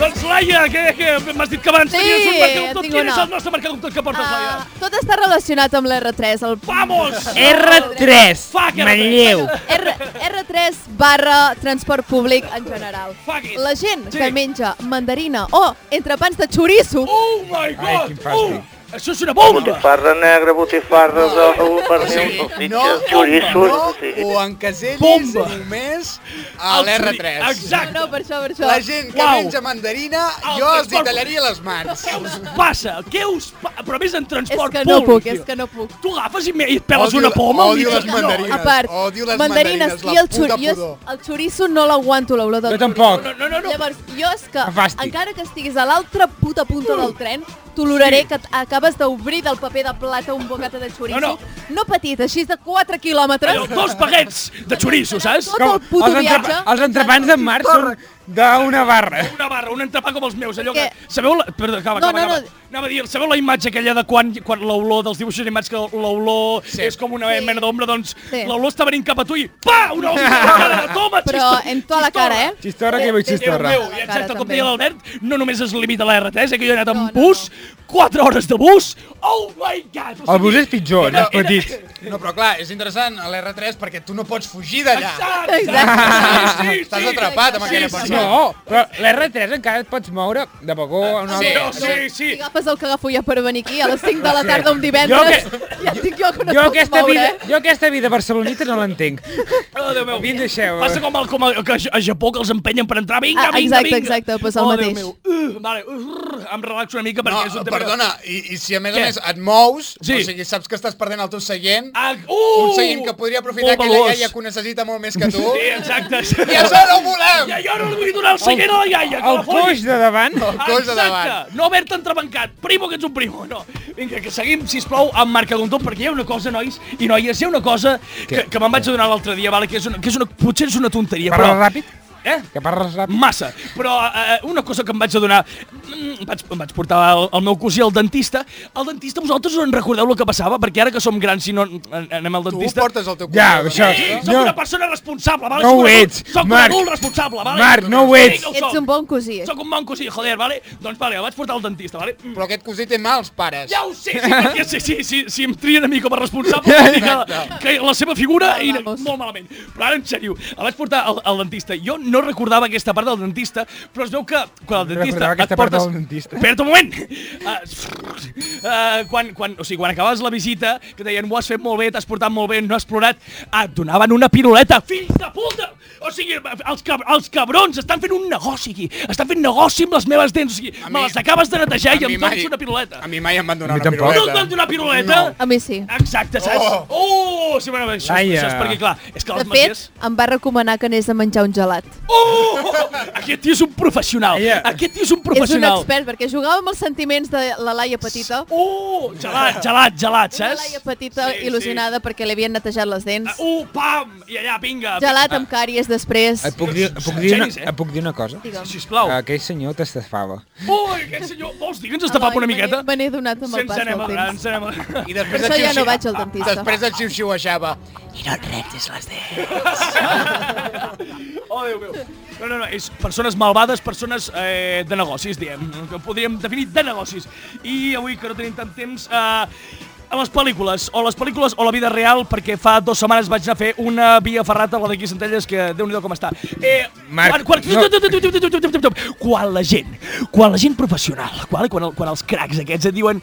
Speaker 1: Doncs Laia, que, que m'has dit que abans
Speaker 4: Sí,
Speaker 1: tenies un marcador amb tot.
Speaker 4: tinc
Speaker 1: Quin és
Speaker 4: una.
Speaker 1: el nostre marcador amb tot que portes, Laia?
Speaker 4: Ah, tot està relacionat amb l'R3. El...
Speaker 1: Vamos!
Speaker 5: R3,
Speaker 1: Fuck, R3.
Speaker 5: Manlleu.
Speaker 4: R, R3 barra transport públic en general.
Speaker 1: Fuck it.
Speaker 4: La gent
Speaker 1: Sí.
Speaker 4: que menja mandarina o entrepans de xoriço
Speaker 1: Oh my
Speaker 5: Ai,
Speaker 1: god!
Speaker 5: quin fàstic.
Speaker 1: Uh, això és una bomba!
Speaker 6: Botifarra negra, botifarra d'ou, pernil,
Speaker 3: Sí,
Speaker 6: salsitxes,
Speaker 3: no,
Speaker 6: xoriços... sí.
Speaker 3: o encasellis
Speaker 1: Bomba.
Speaker 3: només a
Speaker 1: El xori-
Speaker 3: l'R3.
Speaker 1: Exacte.
Speaker 4: No, no, per això, per això.
Speaker 3: La gent que
Speaker 1: Uau.
Speaker 3: menja mandarina,
Speaker 1: El
Speaker 3: jo els hi
Speaker 1: transport-
Speaker 3: tallaria les mans.
Speaker 1: Què us passa? Què us pa... Però a més en
Speaker 4: és
Speaker 1: transport
Speaker 4: que no
Speaker 1: públic.
Speaker 4: puc, és
Speaker 1: tio.
Speaker 4: que no puc.
Speaker 1: Tu agafes i, me- i et peles
Speaker 3: Odio-
Speaker 1: una poma? al
Speaker 3: odio
Speaker 1: mig
Speaker 3: les
Speaker 1: del-
Speaker 3: mandarines.
Speaker 4: A part,
Speaker 3: Odio les mandarines,
Speaker 4: i
Speaker 3: la
Speaker 4: el xoriço.
Speaker 3: puta
Speaker 4: Jo,
Speaker 3: pudor.
Speaker 4: el xoriço no l'aguanto, l'olor del
Speaker 5: Jo tampoc.
Speaker 1: No, no, no, no.
Speaker 4: Llavors, jo és que,
Speaker 5: Fàstic.
Speaker 4: encara que estiguis a l'altra puta punta del tren, toleraré sí. que t- acabes d'obrir del paper de plata un bocata de xoriço.
Speaker 1: No, no.
Speaker 4: no petit, així de 4 quilòmetres.
Speaker 1: Allò, dos paquets de xoriço, saps?
Speaker 4: Tot el puto
Speaker 5: els, entrepa-
Speaker 4: viatge.
Speaker 5: els entrepans en mar són d'una barra.
Speaker 1: Una barra, un entrepà com els meus, allò que...
Speaker 4: Que-
Speaker 1: Sabeu la... Perdó, acaba,
Speaker 4: No,
Speaker 1: acaba,
Speaker 4: no, no.
Speaker 1: acaba. Anava a dir, sabeu la imatge aquella de quan, quan l'olor dels dibuixos animats, que l'olor sí.
Speaker 3: Sí.
Speaker 1: és com una
Speaker 4: Sí.
Speaker 1: mena d'ombra, doncs sí.
Speaker 4: Sí.
Speaker 1: l'olor està venint cap a tu i... Pa! Una olor a la cara, toma,
Speaker 4: Però
Speaker 1: xistor-
Speaker 4: en tota la
Speaker 1: xistorra.
Speaker 4: cara, eh?
Speaker 5: Xistorra que vull
Speaker 1: Déu
Speaker 5: xistorra.
Speaker 1: meu,
Speaker 4: A la
Speaker 1: i
Speaker 4: cara,
Speaker 1: exacte com
Speaker 4: també.
Speaker 1: deia l'Albert, no només es limita a la R3, eh, que jo he anat
Speaker 4: No,
Speaker 1: amb
Speaker 4: no,
Speaker 1: bus, 4 hores de bus, oh my god! o
Speaker 5: El bus
Speaker 1: sigui,
Speaker 5: és pitjor, no
Speaker 1: era-
Speaker 5: és petit.
Speaker 1: era-
Speaker 3: No, però clar, és interessant a l'R3 perquè tu no pots fugir d'allà.
Speaker 1: Exacte!
Speaker 4: Exacte.
Speaker 1: Sí, sí,
Speaker 3: Estàs
Speaker 1: sí.
Speaker 3: atrapat amb aquella
Speaker 1: sí,
Speaker 3: persona.
Speaker 5: No, però l'R3 encara et pots moure de vagó a un
Speaker 3: Sí.
Speaker 5: altre.
Speaker 1: No, sí, sí.
Speaker 4: Si agafes el que agafo ja per venir aquí a les 5 de la tarda un divendres,
Speaker 5: Jo
Speaker 4: ja et dic jo que no
Speaker 5: Jo
Speaker 4: et puc
Speaker 5: aquesta,
Speaker 4: moure,
Speaker 5: vida,
Speaker 4: eh?
Speaker 5: jo aquesta vida barcelonita no l'entenc.
Speaker 1: Oh, Déu meu.
Speaker 5: Vinc, deixeu.
Speaker 1: Passa com, el, com el, que a Japó que els empenyen per entrar. Vinga,
Speaker 4: Ah,
Speaker 1: vinga,
Speaker 4: exacte,
Speaker 1: vinga.
Speaker 4: exacte, doncs el
Speaker 1: oh,
Speaker 4: mateix.
Speaker 1: Déu meu. Uh, vale, uh, em relaxo una mica perquè és
Speaker 3: No,
Speaker 1: un tema... que-
Speaker 3: Ah, perdona, i, i si a més
Speaker 1: Què?
Speaker 3: a més et mous,
Speaker 1: Sí.
Speaker 3: sí. o sigui, saps que estàs perdent el teu seient,
Speaker 1: Ah, uh,
Speaker 3: un seient que podria aprofitar
Speaker 1: molt
Speaker 3: aquella
Speaker 1: valuós.
Speaker 3: iaia que ho necessita molt més que tu,
Speaker 1: Sí, exacte.
Speaker 3: i això no ho volem!
Speaker 1: I jo no li vull donar el seient a la iaia, que
Speaker 5: eh. El
Speaker 1: la
Speaker 5: coix
Speaker 1: folli.
Speaker 5: de davant...
Speaker 3: El coix de davant.
Speaker 1: Exacte, no haver-te entrebancat. Primo, que ets un primo. No. Vinga, que seguim, si plau amb Marc Aguntó, perquè hi ha una cosa, nois i noies, hi ha una cosa que, que me'n vaig adonar l'altre dia, vale, que, és una, que és una, potser és una tonteria,
Speaker 5: Parla
Speaker 1: però...
Speaker 5: ràpid?
Speaker 1: Eh?
Speaker 5: Que parles ràpid?
Speaker 1: Massa. Però eh, una cosa que em vaig adonar... Mm, Vaig, em vaig portar el, el meu cosí al dentista. El dentista, vosaltres no en recordeu el que passava? Perquè ara que som grans, si no en- anem al
Speaker 3: Tu ho
Speaker 1: dentista...
Speaker 3: portes al teu
Speaker 5: Ja,
Speaker 3: cul.
Speaker 5: això-
Speaker 1: Sí,
Speaker 5: Eh,
Speaker 1: soc
Speaker 5: jo-
Speaker 1: una persona responsable, vale?
Speaker 5: No
Speaker 1: Soc
Speaker 5: ho
Speaker 1: un adult-
Speaker 5: ets,
Speaker 1: Soc un
Speaker 5: Marc.
Speaker 1: adult responsable, vale?
Speaker 5: Marc, no ho ets.
Speaker 1: Sí, no ho
Speaker 4: Ets
Speaker 1: soc.
Speaker 4: un bon cosí.
Speaker 1: Soc un bon cosí, joder, vale? Doncs vale, el vaig portar al dentista, vale? Mm.
Speaker 3: Però aquest cosí té mals pares.
Speaker 1: Ja ho sé, sí, perquè sí, sí, sí, sí, em trien a mi com a responsable, vull dir que, que la seva figura i,
Speaker 4: Vamos.
Speaker 1: molt malament. Però ara, en sèrio, el vaig portar al, al dentista. Jo no recordava aquesta part del dentista, però es veu que quan el dentista
Speaker 5: Recordava aquesta part del dentista.
Speaker 1: Espera't un moment! Uh, uh, quan, quan, o sigui, quan acabes la visita, que deien ho has fet molt bé, t'has portat molt bé, no has plorat, et donaven una piruleta, fills de puta! O sigui, els, cab els cabrons estan fent un negoci aquí, estan fent negoci amb les meves dents, o sigui,
Speaker 3: A
Speaker 1: me
Speaker 3: mi-
Speaker 1: les acabes de netejar i
Speaker 3: mi
Speaker 1: em
Speaker 3: mai-
Speaker 1: dones una piruleta.
Speaker 3: A mi mai em van donar
Speaker 5: A mi
Speaker 3: una
Speaker 5: tampoc.
Speaker 3: piruleta.
Speaker 1: No et van donar piruleta?
Speaker 4: A mi sí.
Speaker 1: Exacte, saps? Oh! Uh, sí, bueno, això, és-
Speaker 5: Laia.
Speaker 1: això és perquè, clar, és que
Speaker 4: De
Speaker 1: les
Speaker 4: fet,
Speaker 1: masies...
Speaker 4: em va recomanar que anés a menjar un gelat.
Speaker 1: Uh! Aquest tio és un professional.
Speaker 5: Laia.
Speaker 1: Aquest tio és un
Speaker 4: És un
Speaker 1: professional.
Speaker 4: expert, perquè jugava amb els sentiments de la Laia petita.
Speaker 1: Uh! Gelat, gelat, gelat,
Speaker 4: Una
Speaker 1: saps?
Speaker 4: Laia petita il·lusionada perquè li havien netejat les dents.
Speaker 1: Uh, pam! I allà, vinga.
Speaker 4: Gelat amb càries després.
Speaker 5: Et puc dir, et puc dir, una,
Speaker 1: eh?
Speaker 5: et puc dir una cosa?
Speaker 4: Digue'm.
Speaker 1: Sisplau.
Speaker 5: Aquell senyor t'estafava.
Speaker 1: Ui, aquest senyor, vols dir que ens estapava
Speaker 4: Eloi,
Speaker 1: una
Speaker 4: me n'he-
Speaker 1: miqueta?
Speaker 4: Me n'he donat amb el
Speaker 1: Sense
Speaker 4: pas
Speaker 1: anem,
Speaker 4: del
Speaker 1: a-
Speaker 4: temps.
Speaker 1: ens anem. a-
Speaker 3: I després
Speaker 4: Per
Speaker 3: et
Speaker 4: això ja no
Speaker 3: xiu-xiu-
Speaker 4: vaig al dentista.
Speaker 3: Després et xiu-xiuejava.
Speaker 1: Oh, Déu meu. No, no, no, és persones malvades, persones eh, de negocis, diem, que podríem definir de negocis. I avui, que no tenim tant temps, eh, a les pel·lícules, o les pel·lícules o la vida real, perquè fa dues setmanes vaig anar a fer una via ferrata, la d'aquí a Centelles, que déu nhi com està. Eh,
Speaker 5: Marc,
Speaker 1: quan,
Speaker 5: no.
Speaker 1: quan, no. quan la gent, quan la gent professional, quan, quan, el, quan els cracs aquests et diuen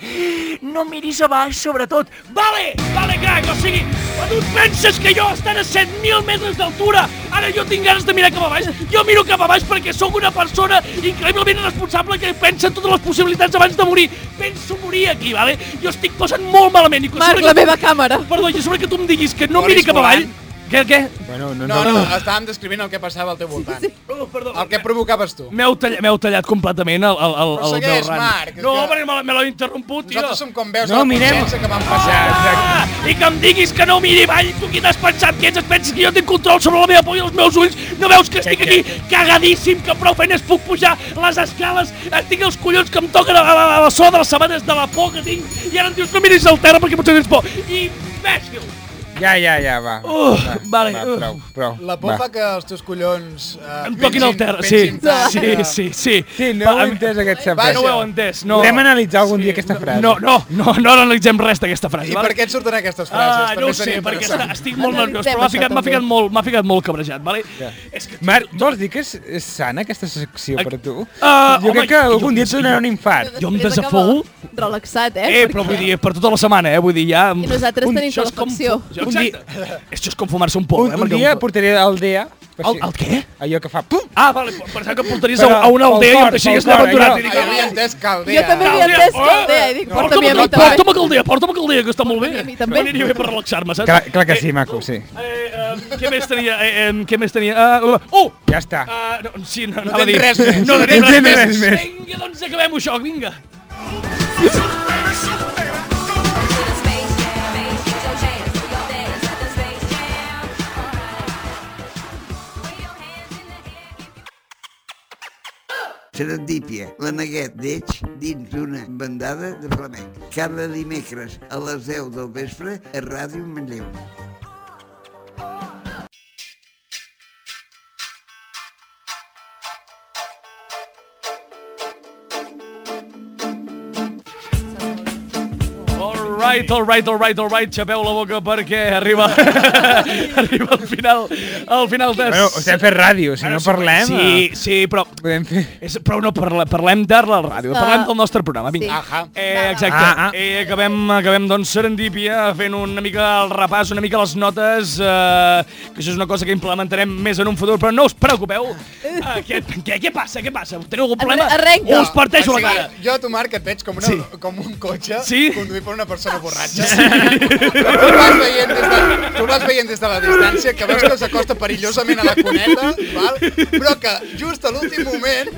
Speaker 1: no miris a baix, sobretot. Vale, vale, crac, o sigui, quan tu et penses que jo estan a 7.000 metres d'altura, ara jo tinc ganes de mirar cap a baix, jo miro cap a baix perquè sóc una persona increïblement responsable que pensa en totes les possibilitats abans de morir. Penso morir aquí, vale? Jo estic passant molt malament. I que
Speaker 4: Marc,
Speaker 1: sobre
Speaker 4: la
Speaker 1: que-
Speaker 4: meva càmera.
Speaker 1: Perdó, i a sobre que tu em diguis que no
Speaker 3: Boris
Speaker 1: miri cap avall...
Speaker 3: Moran.
Speaker 1: Què, què?
Speaker 5: Bueno, no,
Speaker 3: No, no, estàvem descrivint el que passava al teu voltant.
Speaker 1: Oh, perdó.
Speaker 3: El que provocaves tu.
Speaker 1: M'heu tallat, m'heu tallat completament el, el, el,
Speaker 3: Però
Speaker 1: el meu
Speaker 3: segueix,
Speaker 1: rant.
Speaker 3: Marc, és
Speaker 1: no,
Speaker 3: que-
Speaker 1: perquè me l'ha- me l'heu interromput, tio.
Speaker 3: Nosaltres som com veus
Speaker 5: No,
Speaker 3: no, de la
Speaker 5: mirem.
Speaker 3: consciència que van passar.
Speaker 1: Ah, I que em diguis que no miri avall, tu qui t'has pensat que ets? Et penses que jo tinc control sobre la meva por i els meus ulls? No veus que estic aquí cagadíssim, que prou feines puc pujar les escales? Eh, Tinc els collons que em toquen a, a, a la sola de les sabates de la por que tinc i ara em dius no miris al terra perquè potser tens por. Imbècil!
Speaker 5: Ja, ja, ja, va.
Speaker 1: Uh,
Speaker 5: va,
Speaker 1: vale,
Speaker 5: Va,
Speaker 1: uh.
Speaker 5: prou, prou.
Speaker 3: La por
Speaker 5: va.
Speaker 3: fa que els teus collons... Eh,
Speaker 1: Em toquin al terra, sí, sí, sí, sí.
Speaker 5: Sí, no
Speaker 1: Va,
Speaker 5: ho he
Speaker 1: em-
Speaker 5: entès aquest xapet.
Speaker 1: Va, no ho heu entès, no.
Speaker 5: Podem analitzar algun dia aquesta frase.
Speaker 1: No, no, no, no analitzem res d'aquesta frase.
Speaker 3: I
Speaker 1: val?
Speaker 3: per què et surten aquestes frases?
Speaker 1: Ah, no ho sé, perquè està, estic molt nerviós, però m'ha ficat,
Speaker 4: Analitzem això,
Speaker 1: m'ha ficat,
Speaker 4: també.
Speaker 1: molt, m'ha ficat molt cabrejat, vale? És que...
Speaker 5: Marc, vols dir que és, és sana aquesta secció
Speaker 1: Ah,
Speaker 5: per tu?
Speaker 1: ah,
Speaker 5: jo
Speaker 1: home,
Speaker 5: crec que
Speaker 1: jo-
Speaker 5: algun dia et donarà un infart.
Speaker 1: Jo em
Speaker 4: Després acaba
Speaker 1: desafogo.
Speaker 4: Relaxat, eh?
Speaker 1: Eh, però vull dir, per tota la setmana, eh? Vull dir, ja...
Speaker 4: I nosaltres tenim
Speaker 1: això és
Speaker 4: tota la facció.
Speaker 1: com fu- Jo,
Speaker 5: Un dia-
Speaker 1: exacte. Això és com fumar-se un porro,
Speaker 5: Un,
Speaker 1: eh?
Speaker 5: un
Speaker 1: perquè
Speaker 5: dia
Speaker 1: porro-
Speaker 5: portaré el DEA. per
Speaker 1: El,
Speaker 5: si-
Speaker 1: el què?
Speaker 5: Allò que fa pum!
Speaker 1: Ah, vale, pensava que em portaries
Speaker 5: Però
Speaker 1: a, a una
Speaker 5: pel
Speaker 1: aldea i
Speaker 5: cor,
Speaker 1: em deixaries
Speaker 5: pel
Speaker 1: anar
Speaker 5: cor,
Speaker 1: abandonat.
Speaker 5: allò.
Speaker 1: i dic,
Speaker 3: Jo havia entès que el
Speaker 4: Jo també havia
Speaker 1: Caldea,
Speaker 4: entès que
Speaker 1: oh!
Speaker 4: el dia, i dic,
Speaker 1: Porta'm
Speaker 4: porta-m'hi a mi
Speaker 1: Caldea,
Speaker 4: també.
Speaker 1: Porta'm a Caldea, porta'm a Caldea, que està molt bé.
Speaker 4: Porta'm a mi també.
Speaker 1: M'aniria bé per relaxar-me, saps?
Speaker 5: Clar, clar que sí, maco, sí.
Speaker 1: Eh, eh, què més tenia? Eh, eh, què més tenia? Uh, uh,
Speaker 5: Ja està.
Speaker 1: Ah, no, sí, no,
Speaker 3: No
Speaker 1: anava a
Speaker 3: tens
Speaker 1: dir-
Speaker 3: res més.
Speaker 1: No
Speaker 5: No
Speaker 1: tenim res
Speaker 5: tens
Speaker 1: més.
Speaker 5: res més.
Speaker 1: Vinga, doncs acabem això, vinga.
Speaker 2: Serendípia, la neguet d'Eix dins d'una bandada de flamenc. Cada dimecres a les 10 del vespre a Ràdio Manlleu.
Speaker 1: All right, all right, all right, all right. Xapeu la boca perquè arriba, arriba al final, al final de...
Speaker 5: Bueno, estem fent ràdio, si no parlem...
Speaker 1: Sí,
Speaker 5: eh,
Speaker 1: sí, però...
Speaker 5: Podem fer...
Speaker 1: És, però no parla, parlem de la ràdio,
Speaker 4: Ah.
Speaker 1: parlem del nostre programa, vinga.
Speaker 3: Ajà.
Speaker 1: Eh, exacte.
Speaker 5: Ah, ah.
Speaker 1: Eh, acabem, acabem doncs, serendípia fent una mica el repàs, una mica les notes, eh, que això és una cosa que implementarem més en un futur, però no us preocupeu. Eh, què, què, què passa, què passa? Teniu algun problema?
Speaker 4: Ah. Arrenca.
Speaker 1: Us parteixo la
Speaker 3: O sigui,
Speaker 1: cara.
Speaker 3: Jo, tu, Marc, et veig com, una,
Speaker 1: Sí.
Speaker 3: com un cotxe
Speaker 1: Sí.
Speaker 3: conduït per una persona borratxa. Sí. Tu, vas veient des de, tu vas veient des de la distància, que veus que s'acosta perillosament a la cuneta, val? però que just a l'últim moment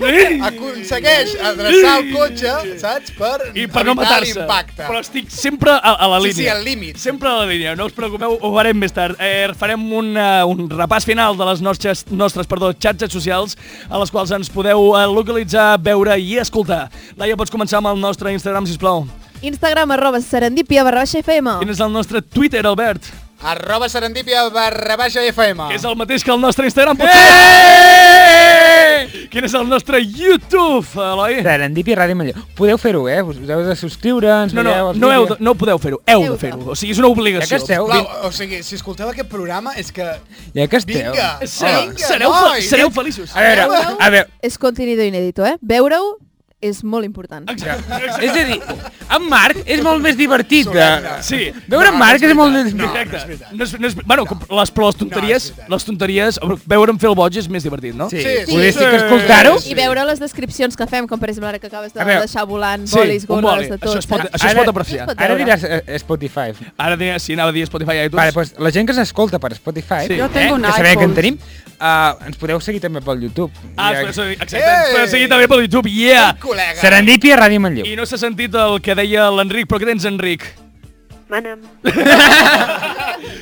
Speaker 3: aconsegueix adreçar el cotxe, saps? Per
Speaker 1: I per no
Speaker 3: evitar
Speaker 1: matar-se.
Speaker 3: l'impacte.
Speaker 1: Però estic sempre a, a la
Speaker 3: Sí,
Speaker 1: línia.
Speaker 3: sí, al límit.
Speaker 1: Sempre a la línia, no us preocupeu, ho farem més tard. Eh, farem un, eh, un repàs final de les nostres, nostres perdó, xarxes socials a les quals ens podeu eh, localitzar, veure i escoltar. Laia, pots començar amb el nostre Instagram, sisplau.
Speaker 4: Instagram arroba serendipia barra baixa FM.
Speaker 1: Quin és el nostre Twitter, Albert?
Speaker 3: Arroba serendipia barra baixa FM.
Speaker 1: Que és el mateix que el nostre Instagram,
Speaker 3: Eh!
Speaker 1: potser? Quin és el nostre YouTube, Eloi?
Speaker 5: Serendipia Ràdio Manlleu. Podeu fer-ho, eh? Us us heu de subscriure, ens
Speaker 1: No, no,
Speaker 5: veieu... els
Speaker 1: no, heu de,
Speaker 5: vídeos.
Speaker 1: no podeu fer-ho, heu
Speaker 4: Heu
Speaker 1: de
Speaker 4: de.
Speaker 1: fer-ho. O sigui, és una
Speaker 5: Ja
Speaker 1: obligació.
Speaker 5: que esteu...
Speaker 3: Plau, o sigui, si escolteu aquest programa és que...
Speaker 5: Ja que esteu...
Speaker 3: Vinga!
Speaker 1: Sereu,
Speaker 3: Vinga, Eh,
Speaker 1: sereu, fe-
Speaker 3: nois!
Speaker 1: sereu feliços.
Speaker 5: A veure, a veure...
Speaker 4: És contenido inédito, eh? Veure-ho és molt important.
Speaker 1: Ah,
Speaker 5: És a dir, en Marc és molt més divertit de...
Speaker 3: Solemne.
Speaker 1: Sí.
Speaker 5: Veure
Speaker 3: No,
Speaker 5: en Marc
Speaker 3: és
Speaker 5: és molt...
Speaker 3: veritat.
Speaker 5: més-
Speaker 3: No.
Speaker 1: Exacte.
Speaker 3: és veritat.
Speaker 1: No és, no és, bueno, no. Les, però les tonteries,
Speaker 3: No, és
Speaker 1: no,
Speaker 3: veritat.
Speaker 1: les tonteries, veure'm fer el boig és més divertit, no?
Speaker 5: Sí,
Speaker 3: Sí, sí.
Speaker 5: podries dir
Speaker 1: Sí.
Speaker 5: que escoltar-ho...
Speaker 4: I veure les descripcions que fem, com per exemple ara que acabes de
Speaker 5: A veure,
Speaker 4: deixar volant
Speaker 1: Sí,
Speaker 4: bolis,
Speaker 1: un
Speaker 4: gorres,
Speaker 1: boli.
Speaker 4: de eh? tot.
Speaker 1: Això es pot,
Speaker 4: saps?
Speaker 1: això es
Speaker 5: Ara-
Speaker 1: pot apreciar.
Speaker 4: Es pot
Speaker 5: Ara
Speaker 4: veure.
Speaker 5: diràs eh, eh, Spotify.
Speaker 1: Ara diria, sí, anava a dir Spotify i iTunes.
Speaker 5: Vale, doncs la gent que s'escolta per
Speaker 3: eh?
Speaker 5: Spotify,
Speaker 1: Sí. Eh? Jo
Speaker 4: tengo un
Speaker 5: que sabeu que
Speaker 4: iPhone.
Speaker 5: en tenim, uh, ens podeu seguir també pel YouTube.
Speaker 1: Ah,
Speaker 5: I,
Speaker 1: espera, sorry, exacte.
Speaker 3: Ei!
Speaker 1: Podeu seguir també per YouTube, yeah!
Speaker 3: Col·lega.
Speaker 5: Serendipia Ràdio Manlleu.
Speaker 1: I no s'ha sentit el que deia l'Enric, però què tens, Enric?
Speaker 6: Manam.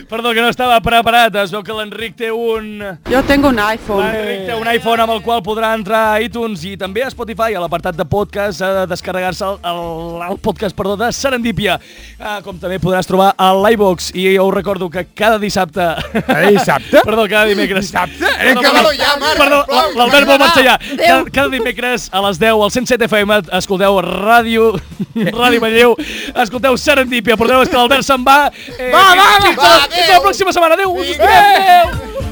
Speaker 1: Perdó, que no estava preparat. Es veu que l'Enric té un...
Speaker 8: Yo tengo un iPhone.
Speaker 1: L'Enric té un iPhone amb el qual podrà entrar a iTunes i també a Spotify, a l'apartat de podcast, a descarregar-se el, el, el podcast perdó, de Serendípia, ah, com també podràs trobar a l'iVox. I jo us recordo que cada dissabte...
Speaker 5: Cada dissabte?
Speaker 1: perdó, cada dimecres. Dissabte?
Speaker 5: Eh, que
Speaker 3: no, ja, Marc,
Speaker 1: Perdó,
Speaker 3: sisplau,
Speaker 1: l'Albert vol
Speaker 3: va,
Speaker 1: marxar ja. Cada,
Speaker 4: adéu.
Speaker 1: cada dimecres a les 10 al 107 FM escolteu Ràdio... Ràdio Manlleu. Escolteu Serendípia. Porteu que l'Albert se'n va. Eh,
Speaker 5: Va, va, va,
Speaker 1: fins, fins,
Speaker 3: va,
Speaker 1: a la, fins a la
Speaker 3: adéu.
Speaker 1: pròxima setmana. Adéu. us
Speaker 3: Vinga.
Speaker 1: estimem.